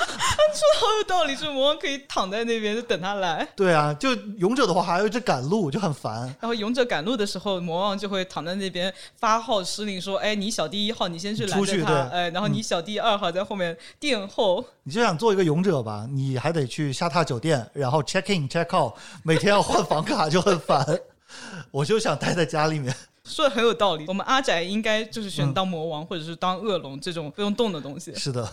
[SPEAKER 1] 好有道理，是魔王可以躺在那边就等他来，
[SPEAKER 2] 对啊，就勇者的话还要一直赶路，就很烦。
[SPEAKER 1] 然后勇者赶路的时候，魔王就会躺在那边发号施令说：“哎，你小第一号，你先去拦
[SPEAKER 2] 出去
[SPEAKER 1] 着他，
[SPEAKER 2] 对嗯
[SPEAKER 1] 哎，然后你小第二号在后面殿后。
[SPEAKER 2] 你就想做一个勇者吧，你还得去下榻酒店，然后 check in check out，每天要换房卡就很烦。我就想待在家里面。
[SPEAKER 1] 说的很有道理，我们阿宅应该就是选当魔王、或者是当恶龙这种不用动的东西。
[SPEAKER 2] 是的，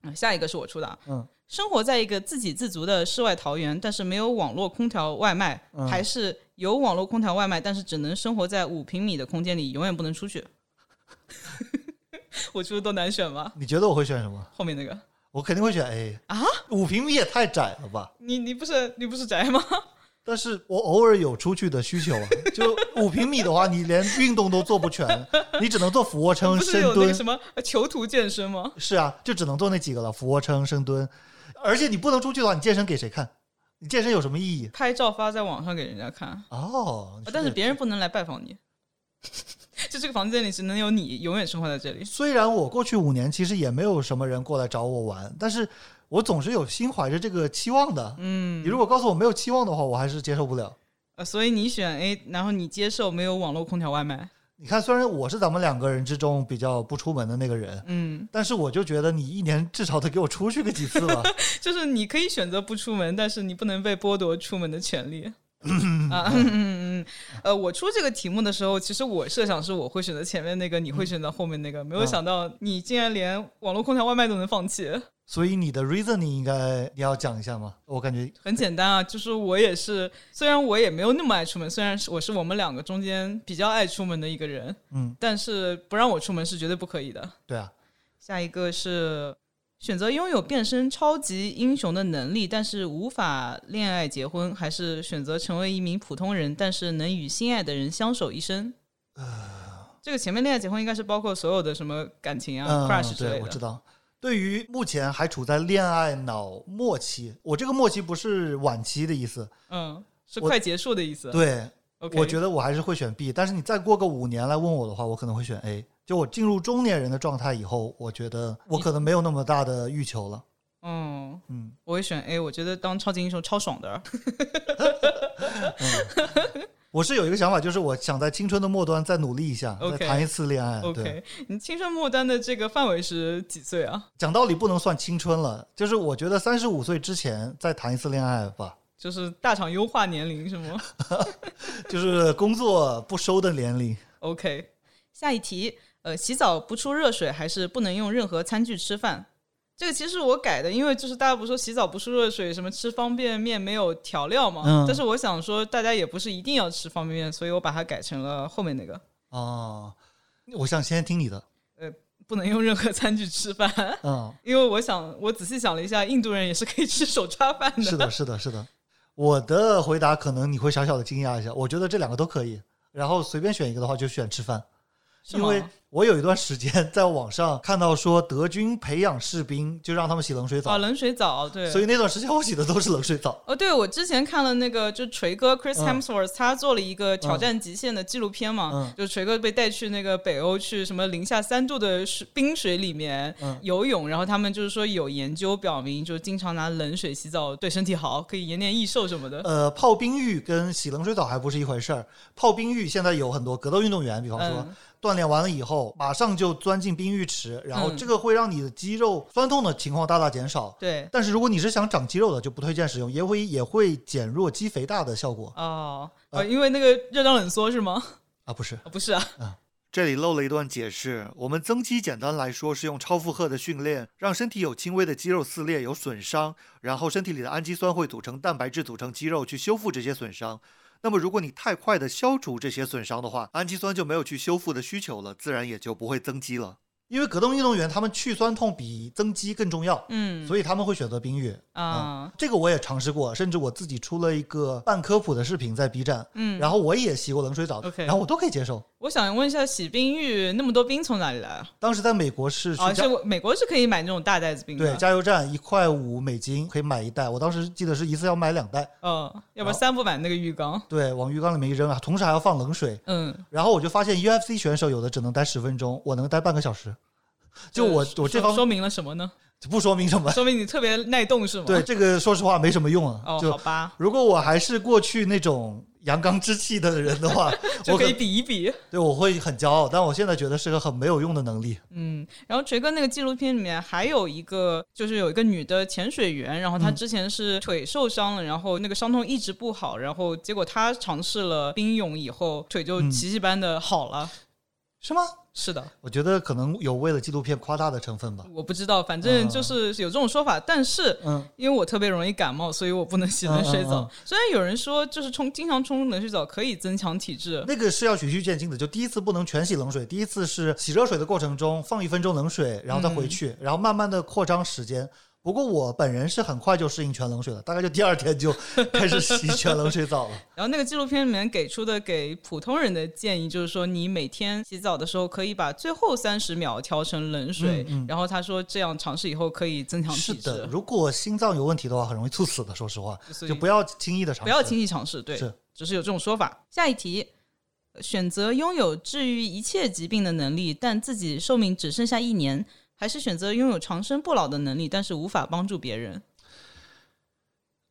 [SPEAKER 1] 啊下一个是我出的，啊，
[SPEAKER 2] 嗯，
[SPEAKER 1] 生活在一个自给自足的世外桃源，但是没有网络空调外卖，
[SPEAKER 2] 嗯
[SPEAKER 1] 还是有网络空调外卖，但是只能生活在五平米的空间里，永远不能 出去。我出的都难选吗？
[SPEAKER 2] 你觉得我会选什么？
[SPEAKER 1] 后面那个，
[SPEAKER 2] 我肯定会选 A
[SPEAKER 1] 啊，
[SPEAKER 2] 五平米也太窄了吧。
[SPEAKER 1] 你你不是你不是宅吗？
[SPEAKER 2] 但是我偶尔有出去的需求 啊，就五平米的话，你连运动都做不全，你只能做俯卧 撑、
[SPEAKER 1] 不是
[SPEAKER 2] 深
[SPEAKER 1] 有那
[SPEAKER 2] 蹲
[SPEAKER 1] 个。什么呃囚徒健身吗？
[SPEAKER 2] 是啊，就只能做那几个了，俯卧撑、深蹲。而且你不能出去的话，你健身给谁看？你健身有什么意义？
[SPEAKER 1] 拍照发在网上给人家看，啊
[SPEAKER 2] 哦，
[SPEAKER 1] 但是
[SPEAKER 2] 这个
[SPEAKER 1] 别人不能来拜访你。 就这个房间里只能有你，永远生活在这里。
[SPEAKER 2] 虽然我过去五年其实也没有什么人过来找我玩，但是我总是有心怀着这个期望的。
[SPEAKER 1] 嗯
[SPEAKER 2] 你，如果告诉我没有期望的话，我还是接受不了。
[SPEAKER 1] 呃所以你选 A，然后你接受没有网络空调外卖。
[SPEAKER 2] 你看，虽然我是咱们两个人之中比较不出门的那个人，
[SPEAKER 1] 嗯，
[SPEAKER 2] 但是我就觉得你一年至少得给我出去个几次吧。
[SPEAKER 1] 就是你可以选择不出门，但是你不能被剥夺出门的权 利。啊， 嗯嗯嗯，呃，我出这个题目的时候，其实我设想是我会选择前面那个，你
[SPEAKER 2] 嗯
[SPEAKER 1] 会选择后面那个，没有想到你竟然连网络空调外卖都能放弃，
[SPEAKER 2] 所以你的 reason 你应该你要讲一下吗？我感觉
[SPEAKER 1] 很简单啊，就是我也是，虽然我也没有那么爱出门，虽然是我是我们两个中间比较爱出门的一个人，
[SPEAKER 2] 嗯，
[SPEAKER 1] 但是不让我出门是绝对不可以的。
[SPEAKER 2] 对啊，
[SPEAKER 1] 下一个是选择拥有变身超级英雄的能力，但是无法恋爱结婚，还是选择成为一名普通人，但是能与心爱的人相守一生？这个前面恋爱结婚应该是包括所有的什么感情啊、
[SPEAKER 2] 啊嗯
[SPEAKER 1] crush 之类
[SPEAKER 2] 对，
[SPEAKER 1] 的。
[SPEAKER 2] 我知道。对于目前还处在恋爱脑末期，我这个末期不是晚期的意思，
[SPEAKER 1] 嗯，是
[SPEAKER 2] 我
[SPEAKER 1] 快结束的意思。
[SPEAKER 2] 对
[SPEAKER 1] OK，
[SPEAKER 2] 我觉得我还是会选 B，但是你再过个五年来问我的话，我可能会选 A。就我进入中年人的状态以后，我觉得我可能没有那么大的欲求了。
[SPEAKER 1] 嗯，
[SPEAKER 2] 嗯，啊
[SPEAKER 1] 我会选 A，我觉得当超级英雄超爽的。
[SPEAKER 2] 我是有一个想法，就是我想在青春的末端再努力一下
[SPEAKER 1] OK
[SPEAKER 2] 再谈一次恋爱。对，
[SPEAKER 1] OK，你青春末端的这个范围是几岁啊？
[SPEAKER 2] 讲道理不能算青春了，就是我觉得三十五岁之前再谈一次恋爱吧，
[SPEAKER 1] 就是大厂优化年龄是吗？
[SPEAKER 2] 就是工作不收的年龄。
[SPEAKER 1] OK，下一题，呃，洗澡不出热水还是不能用任何餐具吃饭？这个其实是我改的，因为就是大家不是说洗澡不出热水，什么吃方便面没有调料嘛。
[SPEAKER 2] 嗯
[SPEAKER 1] 但是我想说，大家也不是一定要吃方便面，所以我把它改成了后面那个，
[SPEAKER 2] 哦，我想先听你的。
[SPEAKER 1] 不能用任何餐具吃饭。
[SPEAKER 2] 嗯，
[SPEAKER 1] 因为我想，我仔细想了一下，印度人也是可以吃手抓饭的。
[SPEAKER 2] 是的，是的，是的。我的回答可能你会小小的惊讶一下，我觉得这两个都可以，然后随便选一个的话就选吃饭，
[SPEAKER 1] 是
[SPEAKER 2] 因
[SPEAKER 1] 吗
[SPEAKER 2] 为我有一段时间在网上看到说德军培养士兵就让他们洗冷水
[SPEAKER 1] 啊，
[SPEAKER 2] 澡，
[SPEAKER 1] 冷水澡对。
[SPEAKER 2] 所以那段时间我洗的都是冷水澡。
[SPEAKER 1] 哦，对，我之前看了那个，就锤哥 Chris
[SPEAKER 2] 嗯
[SPEAKER 1] Hemsworth，、他做了一个挑战极限的纪录片嘛，
[SPEAKER 2] 嗯
[SPEAKER 1] 就锤哥被带去那个北欧去什么零下三度的水冰水里面
[SPEAKER 2] 嗯
[SPEAKER 1] 游泳，然后他们就是说有研究表明，就经常拿冷水洗澡对身体好，可以延年益寿什么的。
[SPEAKER 2] 呃，泡冰浴跟洗冷水澡还不是一回事儿。泡冰浴现在有很多格斗运动员，比方说、
[SPEAKER 1] 嗯
[SPEAKER 2] 锻炼完了以后，马上就钻进冰浴池，然后
[SPEAKER 1] 嗯
[SPEAKER 2] 这个会让你的肌肉酸痛的情况大大减少。
[SPEAKER 1] 对，
[SPEAKER 2] 但是如果你是想长肌肉的，就不推荐使用，也会也会减弱肌肥大的效果
[SPEAKER 1] 哦，
[SPEAKER 2] 呃
[SPEAKER 1] 呃，因为那个热胀冷缩是吗？
[SPEAKER 2] 啊，不是。
[SPEAKER 1] 啊不是啊，
[SPEAKER 2] 这里漏了一段解释。我们增肌简单来说是用超负荷的训练，让身体有轻微的肌肉撕裂、有损伤，然后身体里的氨基酸会组成蛋白质，组成肌肉去修复这些损伤。那么，如果你太快的消除这些损伤的话，氨基酸就没有去修复的需求了，自然也就不会增肌了。因为格斗运动员他们去酸痛比增肌更重要，
[SPEAKER 1] 嗯
[SPEAKER 2] 所以他嗯们会选择冰浴。
[SPEAKER 1] 啊，
[SPEAKER 2] 这个我也尝试过，甚至我自己出了一个半科普的视频在 B 站，
[SPEAKER 1] 嗯，
[SPEAKER 2] 然后我也洗过冷水澡
[SPEAKER 1] OK
[SPEAKER 2] 然后我都可以接受。
[SPEAKER 1] 我想问一下，洗冰浴那么多冰从哪里来啊？
[SPEAKER 2] 当时在美国是去
[SPEAKER 1] 啊，
[SPEAKER 2] 加、
[SPEAKER 1] 是我美国是可以买那种大袋子冰的，啊
[SPEAKER 2] 对加油站一块五美金可以买一袋，我当时记得是一次要买两袋，
[SPEAKER 1] 嗯，要不然
[SPEAKER 2] 然后
[SPEAKER 1] 三不满那个浴缸，
[SPEAKER 2] 对，往浴缸里面一扔啊，同时还要放冷水。
[SPEAKER 1] 嗯，
[SPEAKER 2] 然后我就发现 UFC 选手有的只能待十分钟，我能待半个小时。就我
[SPEAKER 1] 是
[SPEAKER 2] 我这
[SPEAKER 1] 说
[SPEAKER 2] 方面
[SPEAKER 1] 说明了什么 呢？
[SPEAKER 2] 不说明什么，
[SPEAKER 1] 说明你特别耐冻是吗？
[SPEAKER 2] 对，这个说实话没什么用啊。
[SPEAKER 1] 哦，
[SPEAKER 2] 就
[SPEAKER 1] 好吧，，
[SPEAKER 2] 如果我还是过去那种阳刚之气的人的话
[SPEAKER 1] 就
[SPEAKER 2] 我
[SPEAKER 1] 可以
[SPEAKER 2] 可
[SPEAKER 1] 比一比。
[SPEAKER 2] 对我会很骄傲，但我现在觉得是个很没有用的能力。
[SPEAKER 1] 嗯，然后锤哥那个纪录片里面还有一个，就是有一个女的潜水员，然后她
[SPEAKER 2] 嗯
[SPEAKER 1] 之前是腿受伤了，然后那个伤痛一直不好，然后结果她尝试了冰泳以后，腿就
[SPEAKER 2] 嗯
[SPEAKER 1] 奇迹般的好了。
[SPEAKER 2] 是吗？
[SPEAKER 1] 是的，
[SPEAKER 2] 我觉得可能有为了纪录片夸大的成分吧。
[SPEAKER 1] 我不知道，反正
[SPEAKER 2] 啊
[SPEAKER 1] 就是有这种说法，但是。
[SPEAKER 2] 嗯，
[SPEAKER 1] 因为我特别容易感冒，所以我不能洗冷水澡。
[SPEAKER 2] 嗯嗯嗯
[SPEAKER 1] 虽然有人说，就是冲经常冲冷水澡可以增强体质，
[SPEAKER 2] 那个是要循序渐进的，就第一次不能全洗冷水，第一次是洗热水的过程中放一分钟冷水，然后再回
[SPEAKER 1] 嗯
[SPEAKER 2] 去，然后慢慢的扩张时间。不过我本人是很快就适应全冷水了，大概就第二天就开始洗全冷水 澡了。
[SPEAKER 1] 然后那个纪录片里面给出的给普通人的建议就是说，你每天洗澡的时候可以把最后三十秒调成冷水，
[SPEAKER 2] 嗯嗯
[SPEAKER 1] 然后他说这样尝试以后可以增强
[SPEAKER 2] 是
[SPEAKER 1] 体质
[SPEAKER 2] 的，，如果心脏有问题的话，很容易猝死的。说实话，
[SPEAKER 1] 所以
[SPEAKER 2] 就不要轻易的尝
[SPEAKER 1] 不
[SPEAKER 2] 试，
[SPEAKER 1] 要轻易尝试，对，
[SPEAKER 2] 是
[SPEAKER 1] 只是有这种说法。下一题，呃选择拥有治愈一切疾病的能力，但自己寿命只剩下一年，还是选择拥有长生不老的能力，但是无法帮助别人？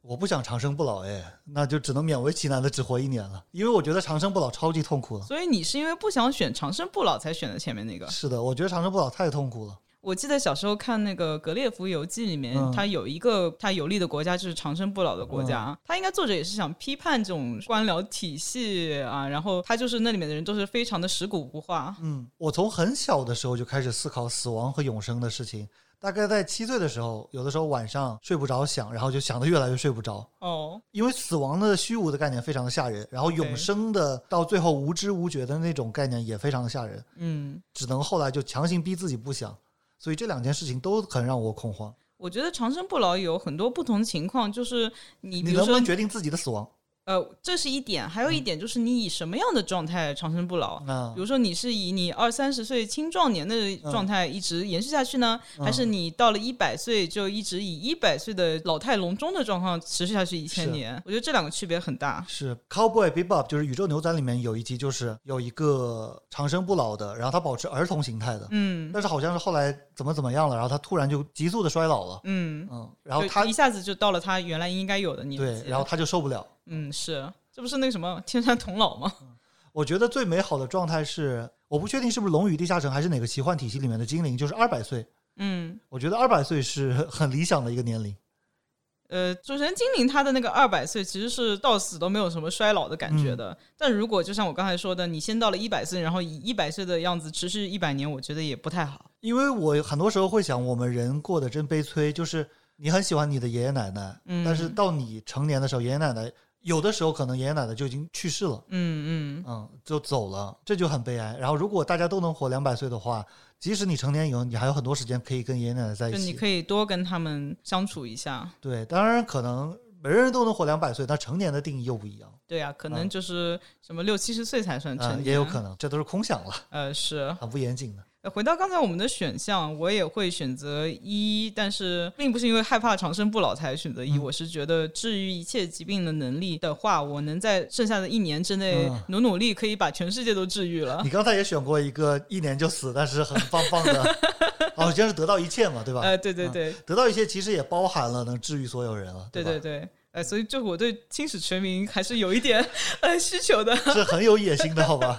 [SPEAKER 2] 我不想长生不老，哎，那就只能勉为其难的只活一年了，因为我觉得长生不老超级痛苦了。
[SPEAKER 1] 所以你是因为不想选长生不老才选的前面那个？
[SPEAKER 2] 是的，我觉得长生不老太痛苦了。
[SPEAKER 1] 我记得小时候看那个《格列佛游记》里面，
[SPEAKER 2] 嗯
[SPEAKER 1] 它有一个它有利的国家就是长生不老的国家。它应该作者也是想批判这种官僚体系啊，然后他就是那里面的人都是非常的食古不化。
[SPEAKER 2] 嗯，我从很小的时候就开始思考死亡和永生的事情。大概在七岁的时候，有的时候晚上睡不着想，然后就想的越来越睡不着，
[SPEAKER 1] 哦，
[SPEAKER 2] 因为死亡的虚无的概念非常的吓人，然后
[SPEAKER 1] OK
[SPEAKER 2] 永生的到最后无知无觉的那种概念也非常的吓人，
[SPEAKER 1] 嗯，
[SPEAKER 2] 只能后来就强行逼自己不想，所以这两件事情都很让我恐慌。
[SPEAKER 1] 我觉得长生不老有很多不同情况，就是你比
[SPEAKER 2] 你
[SPEAKER 1] 如
[SPEAKER 2] 能不
[SPEAKER 1] 说
[SPEAKER 2] 能决定自己的死亡？
[SPEAKER 1] 呃，这是一点，还有一点就是你以什么样的状态长生不老。
[SPEAKER 2] 那
[SPEAKER 1] 比如说，你是以你二三十岁青壮年的状态一直延续下去呢，
[SPEAKER 2] 嗯
[SPEAKER 1] 还是你到了一百岁就一直以一百岁的老态龙钟的状况持续下去一千
[SPEAKER 2] 是
[SPEAKER 1] 年？我觉得这两个区别很大。
[SPEAKER 2] 是《Cowboy Bebop》，就是《宇宙牛仔》里面有一集，就是有一个长生不老的，然后他保持儿童形态的，
[SPEAKER 1] 嗯
[SPEAKER 2] 但是好像是后来怎么怎么样了，然后他突然就急速的衰老了，
[SPEAKER 1] 嗯，
[SPEAKER 2] 嗯，然后
[SPEAKER 1] 就
[SPEAKER 2] 他
[SPEAKER 1] 一下子就到了他原来应该有的年纪。
[SPEAKER 2] 对，然后他就受不了。
[SPEAKER 1] 嗯，是这不是那个什么天山童姥 吗？
[SPEAKER 2] 我觉得最美好的状态是，我不确定是不是《龙与地下城》还是哪个奇幻体系里面的精灵，就是二百岁。
[SPEAKER 1] 嗯。
[SPEAKER 2] 我觉得二百岁是很理想的一个年龄，
[SPEAKER 1] 呃，主持人精灵他的那个二百岁其实是到死都没有什么衰老的感觉
[SPEAKER 2] 嗯
[SPEAKER 1] 的，但如果就像我刚才说的，你先到了一百岁，然后以一百岁的样子持续一百年，我觉得也不太好。
[SPEAKER 2] 因为我很多时候会想，我们人过得真悲催，就是你很喜欢你的爷爷奶奶，
[SPEAKER 1] 嗯
[SPEAKER 2] 但是到你成年的时候，爷爷奶奶有的时候可能爷爷奶奶就已经去世了。
[SPEAKER 1] 嗯嗯，
[SPEAKER 2] 嗯，就走了，这就很悲哀。然后，如果大家都能活两百岁的话，即使你成年以后，你还有很多时间可以跟爷爷奶奶在一
[SPEAKER 1] 就你
[SPEAKER 2] 起。
[SPEAKER 1] 可以多跟他们相处一下。
[SPEAKER 2] 对，当然可能每个人都能活两百岁，但成年的定义又不一样，
[SPEAKER 1] 对啊，可能
[SPEAKER 2] 嗯
[SPEAKER 1] 就是什么六七十岁才算成
[SPEAKER 2] 啊、
[SPEAKER 1] 年、
[SPEAKER 2] 也有可。能，这都是空想 了，啊
[SPEAKER 1] 呃，是
[SPEAKER 2] 很不严谨的。
[SPEAKER 1] 呃回到刚才我们的选项，我也会选择一，但是并不是因为害怕长生不老才选择一，
[SPEAKER 2] 嗯
[SPEAKER 1] 我是觉得治愈一切疾病的能力的话，我能在剩下的一年之内
[SPEAKER 2] 嗯
[SPEAKER 1] 努努力，可以把全世界都治愈了
[SPEAKER 2] 你。刚才也选过一个一年就死，但是很棒棒 的，哦，像是得到一切嘛，对吧？
[SPEAKER 1] 呃，对对
[SPEAKER 2] 嗯
[SPEAKER 1] 对，
[SPEAKER 2] 得到一切其实也包含了能治愈所有人了，
[SPEAKER 1] 对
[SPEAKER 2] 吧？
[SPEAKER 1] 对对，呃，所以就我对青史全名还是有一点 呃需求的。
[SPEAKER 2] 是很有野心的，好吧？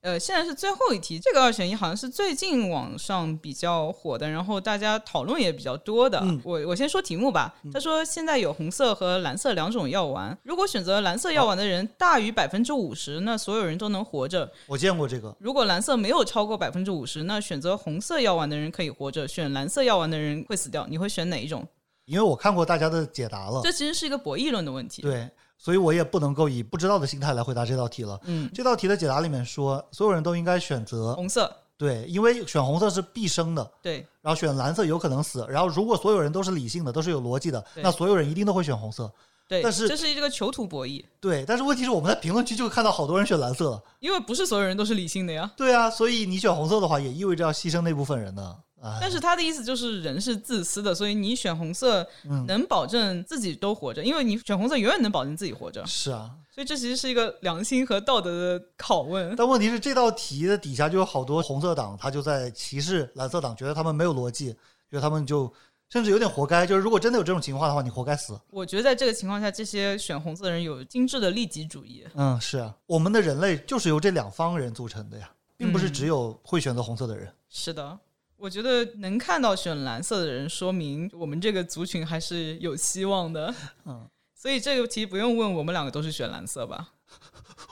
[SPEAKER 1] 呃，现在是最后一题，这个二选一好像是最近网上比较火的，然后大家讨论也比较多的。
[SPEAKER 2] 嗯
[SPEAKER 1] 我我先说题目吧。他说现在有红色和蓝色两种药丸，如果选择蓝色药丸的人大于百分之五十，那所有人都能活着；
[SPEAKER 2] 我见过这个，
[SPEAKER 1] 如果蓝色没有超过百分之五十，那选择红色药丸的人可以活着，选蓝色药丸的人会死掉。你会选哪一种？
[SPEAKER 2] 因为我看过大家的解答了。
[SPEAKER 1] 这其实是一个博弈论的问题。
[SPEAKER 2] 对，所以我也不能够以不知道的心态来回答这道题了。
[SPEAKER 1] 嗯，
[SPEAKER 2] 这道题的解答里面说，所有人都应该选择
[SPEAKER 1] 红色。
[SPEAKER 2] 对，因为选红色是必生的，
[SPEAKER 1] 对
[SPEAKER 2] 然后选蓝色有可能死，然后如果所有人都是理性的，都是有逻辑的，
[SPEAKER 1] 对
[SPEAKER 2] 那所有人一定都会选红色。
[SPEAKER 1] 对，
[SPEAKER 2] 但是
[SPEAKER 1] 这是一个囚徒博弈，
[SPEAKER 2] 对，但是问题是我们在评论区就会看到好多人选蓝色了。
[SPEAKER 1] 因为不是所有人都是理性的呀。
[SPEAKER 2] 对啊，所以你选红色的话，也意味着要牺牲那部分人呢。哎，
[SPEAKER 1] 但是他的意思就是人是自私的，所以你选红色
[SPEAKER 2] 嗯
[SPEAKER 1] 能保证自己都活着，因为你选红色永远能保证自己活着，
[SPEAKER 2] 是啊，
[SPEAKER 1] 所以这其实是一个良心和道德的拷问。
[SPEAKER 2] 但问题是这道题的底下就有好多红色党，他就在歧视蓝色党，觉得他们没有逻辑，觉得他们就甚至有点活该。就是如果真的有这种情况的话，你活该死。
[SPEAKER 1] 我觉得在这个情况下，这些选红色的人有精致的利己主义。
[SPEAKER 2] 嗯，是啊，我们的人类就是由这两方人组成的呀，并
[SPEAKER 1] 嗯
[SPEAKER 2] 不是只有会选择红色的人。
[SPEAKER 1] 是的，我觉得能看到选蓝色的人，说明我们这个族群还是有希望的。
[SPEAKER 2] 嗯，
[SPEAKER 1] 所以这个题不用问，我们两个都是选蓝色吧？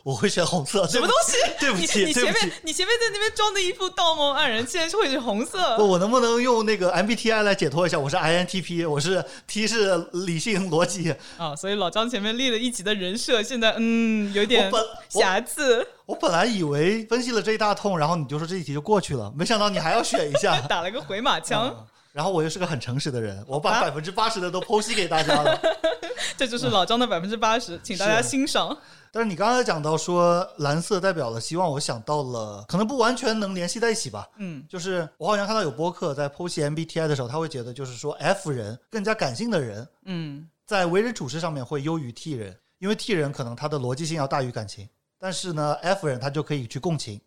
[SPEAKER 2] 我会选红色，
[SPEAKER 1] 什
[SPEAKER 2] 对
[SPEAKER 1] 么
[SPEAKER 2] 不
[SPEAKER 1] 东西？
[SPEAKER 2] 对不
[SPEAKER 1] 你
[SPEAKER 2] 起，
[SPEAKER 1] 你
[SPEAKER 2] 对
[SPEAKER 1] 前
[SPEAKER 2] 不起
[SPEAKER 1] 面。你前面在那边装的一副道貌岸然，竟然是会是红
[SPEAKER 2] 不，
[SPEAKER 1] 色。
[SPEAKER 2] 我能不能用那个 MBTI 来解脱一下？我是 INTP，我是 T 是理性逻辑。
[SPEAKER 1] 啊，所以老张前面立了一级的人设，现在嗯有点
[SPEAKER 2] 我本我
[SPEAKER 1] 瑕疵，。
[SPEAKER 2] 我本来以为分析了这一大通，然后你就说这一题就过去了，没想到你还要选一下
[SPEAKER 1] 打了个回马枪，
[SPEAKER 2] 嗯然后我又是个很诚实的人，我把
[SPEAKER 1] 啊
[SPEAKER 2] 百分之八十的都剖析给大家 了。
[SPEAKER 1] 这就是老张的百分之八十，请大家
[SPEAKER 2] 啊是
[SPEAKER 1] 欣赏。
[SPEAKER 2] 但是你刚才讲到说蓝色代表了希望，我想到了可能不完全能联系在一起吧。
[SPEAKER 1] 嗯，
[SPEAKER 2] 就是我好像看到有播客在剖析 MBTI 的时候，他会觉得就是说 F 人更加感性的人，
[SPEAKER 1] 嗯，
[SPEAKER 2] 在为人处事上面会优于 T 人，因为 T 人可能他的逻辑性要大于感情，但是呢 F 人他就可以去共情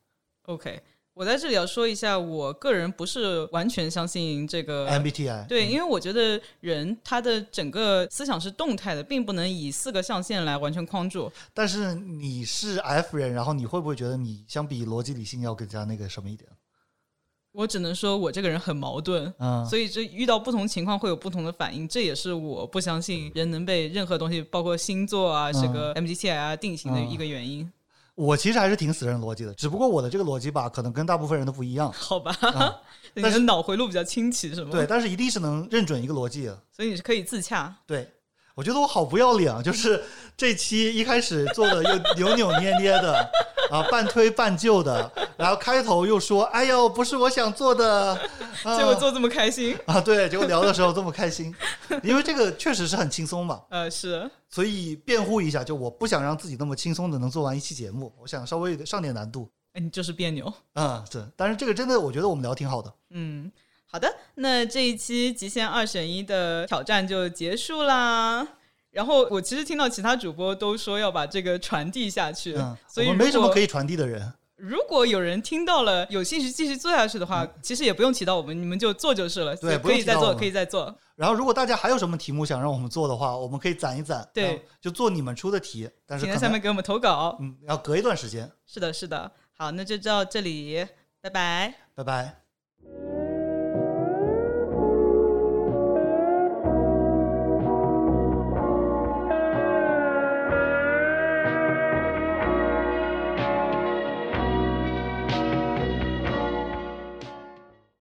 [SPEAKER 1] OK，我在这里要说一下，我个人不是完全相信这个
[SPEAKER 2] MBTI。
[SPEAKER 1] 对，因为我觉得人他的整个思想是动态的，并不能以四个象限来完全框住。
[SPEAKER 2] 但是你是 F 人，然后你会不会觉得你相比逻辑理性要更加那个什么一点？
[SPEAKER 1] 我只能说我这个人很矛盾，
[SPEAKER 2] 嗯，
[SPEAKER 1] 所以这遇到不同情况会有不同的反应，这也是我不相信人能被任何东西，包括星座啊、
[SPEAKER 2] 嗯
[SPEAKER 1] 这个 MBTI 啊定型的一个原因。。
[SPEAKER 2] 我其实还是挺死人逻辑的，只不过我的这个逻辑吧，可能跟大部分人都不一样
[SPEAKER 1] 好吧，
[SPEAKER 2] 啊
[SPEAKER 1] 你
[SPEAKER 2] 但
[SPEAKER 1] 的脑回路比较清奇，是吗？
[SPEAKER 2] 对，，但是一定是能认准一个逻辑的。
[SPEAKER 1] 所以你是可以自洽。
[SPEAKER 2] 对，我觉得我好不要脸啊！就是这期一开始做的又扭扭捏捏的，啊，半推半就的，然后开头又说：“哎呦，不是我想做的。啊”
[SPEAKER 1] 结果做这么开心，
[SPEAKER 2] 啊，对，结果聊的时候这么开心，因为这个确实是很轻松嘛，
[SPEAKER 1] 呃，是
[SPEAKER 2] 所以辩护一下，就我不想让自己那么轻松的能做完一期节目，我想稍微上点难度。
[SPEAKER 1] 哎你就是别扭。
[SPEAKER 2] 啊，对，但是这个真的，我觉得我们聊挺好的。
[SPEAKER 1] 嗯，好的，那这一期极限二选一的挑战就结束啦。然后我其实听到其他主播都说要把这个传递下去，
[SPEAKER 2] 嗯，
[SPEAKER 1] 所以
[SPEAKER 2] 我们没什么可
[SPEAKER 1] 以。
[SPEAKER 2] 以传递的人。
[SPEAKER 1] 如果有人听到了有兴趣继续做下去的话，其实也不用提到我们，你们就做就是了。
[SPEAKER 2] 嗯对不
[SPEAKER 1] 可
[SPEAKER 2] 用
[SPEAKER 1] 以
[SPEAKER 2] 提到
[SPEAKER 1] 再
[SPEAKER 2] 我
[SPEAKER 1] 做，
[SPEAKER 2] 们
[SPEAKER 1] 可以再做。
[SPEAKER 2] 然后，如果大家还有什么题目想让我们做的话，我们可以攒一攒，
[SPEAKER 1] 对，
[SPEAKER 2] 就做你们出的题，但是
[SPEAKER 1] 请
[SPEAKER 2] 可
[SPEAKER 1] 在
[SPEAKER 2] 能
[SPEAKER 1] 下面给我们投稿。
[SPEAKER 2] 嗯要隔一段时间。
[SPEAKER 1] 是的，是的。好，那就到这里，拜拜。
[SPEAKER 2] 拜拜。